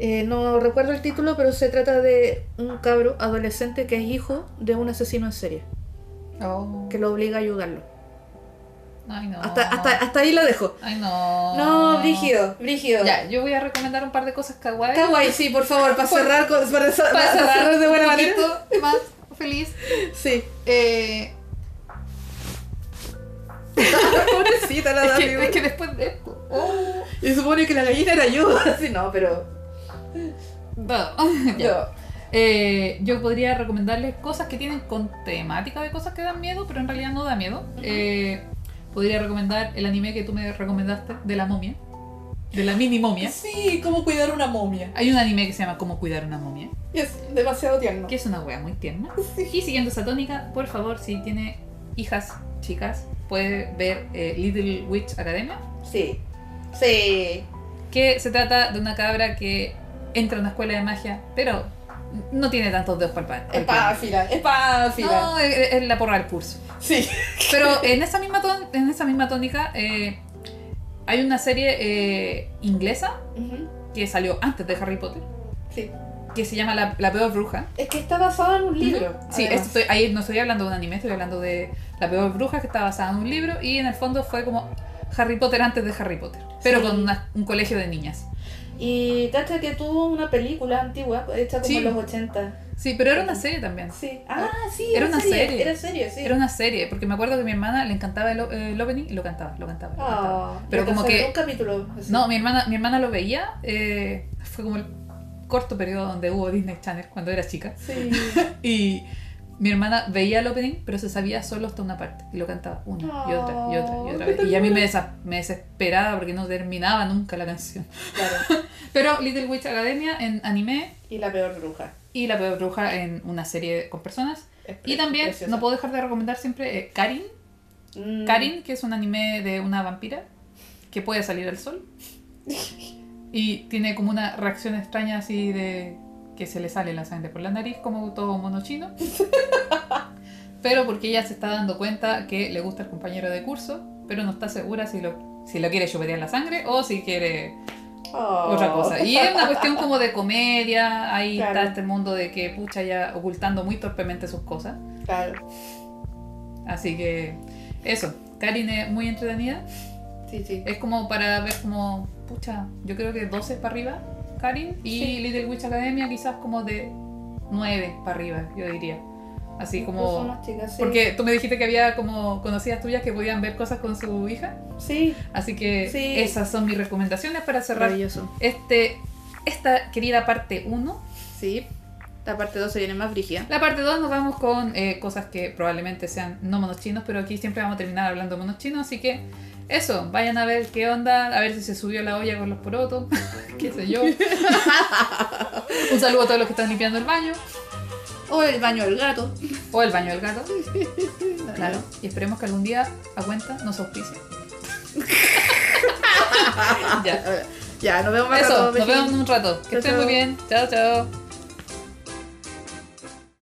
B: Eh, no recuerdo el título, pero se trata de un cabro adolescente que es hijo de un asesino en serie,
A: Oh.
B: que lo obliga a ayudarlo.
A: Ay, no.
B: Hasta, hasta, hasta ahí lo dejo.
A: Ay, no.
G: No, brígido, brígido.
A: Ya, yo voy a recomendar un par de cosas kawaii.
G: Kawaii, sí, por favor, para cerrar, con- para, cerrar-
A: Para
G: para cerrar de buena manera.
A: más feliz.
G: Sí.
A: Eh,
G: Pobrecita la
A: es,
G: Dani.
A: que,
G: güey.
A: es que después de esto. Oh,
G: Y supone que la gallina era yo. Sí, no, pero.
A: no. Ya.
G: Yo.
A: Eh, yo podría recomendarles cosas que tienen con temática de cosas que dan miedo, pero en realidad no da miedo. Eh, podría recomendar el anime que tú me recomendaste de la momia, de la mini momia.
G: Sí, cómo cuidar una momia.
A: Hay un anime que se llama Cómo cuidar una momia,
G: Y es demasiado tierno.
A: que es una wea muy tierna. Y siguiendo esa tónica, por favor, si tiene hijas chicas, puede ver eh, Little Witch Academia,
G: Sí. Sí.
A: que se trata de una cabra que entra a una escuela de magia, pero no tiene tantos dedos para el
G: Es
A: pan.
G: páfila, es páfila.
A: No, es es la porra del curso.
G: Sí.
A: Pero en esa misma, ton- en esa misma tónica eh, hay una serie eh, inglesa
G: Ujú.
A: que salió antes de Harry Potter
G: Sí.
A: que se llama La, La Peor Bruja.
G: Es que está basado en un libro.
A: Sí,
G: además.
A: esto estoy- ahí no estoy hablando de un anime, estoy hablando de La Peor Bruja que está basada en un libro y en el fondo fue como Harry Potter antes de Harry Potter, pero
B: Sí.
A: con una- un colegio de niñas.
B: Y cacha que tuvo una película antigua, hecha como
A: Sí.
B: en los 80.
A: Sí, pero era una serie también.
G: Sí. Ah, sí.
A: Era una serie.
G: Era serie, sí.
A: Era una serie, porque me acuerdo que mi hermana le encantaba el, o- el opening y lo cantaba, lo cantaba. Lo cantaba.
G: Ah,
A: Pero
G: me
A: como
G: pasó
A: que-
G: Un capítulo. así.
A: No, mi hermana, mi hermana lo veía. eh, fue como el corto periodo donde hubo Disney Channel cuando era chica.
G: Sí.
A: Y mi hermana veía el opening, pero se sabía solo hasta una parte. Y lo cantaba una y otra y otra y otra
G: Oh,
A: vez. Y a mí me, desa- me desesperaba porque no terminaba nunca la canción.
G: Claro.
A: Pero Little Witch Academia en anime
G: Y la peor bruja.
A: y La Peor Bruja en una serie con personas.
G: Es
A: Y
G: pre-
A: también
G: preciosa.
A: no puedo dejar de recomendar siempre eh, Karin.
G: Mm.
A: Karin, que es un anime de una vampira que puede salir al sol. Y tiene como una reacción extraña así de que se le sale la sangre por la nariz, como todo mono chino. Pero porque ella se está dando cuenta que le gusta el compañero de curso, pero no está segura si lo, si lo quiere chupetear la sangre o si quiere
G: Oh.
A: otra cosa. Y es una cuestión como de comedia, ahí
G: Claro.
A: está este mundo de que pucha ya ocultando muy torpemente sus cosas.
G: Claro.
A: Así que eso, Karin es muy entretenida.
G: Sí, sí.
A: Es como para ver como, pucha, yo creo que 12 para arriba, Karin. Y Little Witch Academia quizás como de 9 para arriba, yo diría. Así
B: Incluso
A: como...
B: más chicas, sí.
A: Porque tú me dijiste que había como conocidas tuyas que podían ver cosas con su hija.
B: Sí,
A: Así que
B: Sí.
A: esas son mis recomendaciones para cerrar
H: Maravilloso.
A: este, esta querida parte 1.
G: Sí.
H: La parte 2 se viene más brígida.
A: La parte 2 nos vamos con eh, cosas que probablemente sean no monos chinos, pero aquí siempre vamos a terminar hablando monos chinos, así que eso, vayan a ver qué onda, a ver si se subió la olla con los porotos, qué sé yo. Un saludo a todos los que están limpiando el baño,
G: O el baño del gato.
A: o el baño del gato. Claro, y esperemos que algún día a cuenta nos auspicie. ya,
G: Ya, nos vemos más
A: eso,
G: rato,
A: nos
G: Bejín.
A: vemos en un rato. Que
G: Chao,
A: estén muy
G: chao.
A: bien, chao, chao.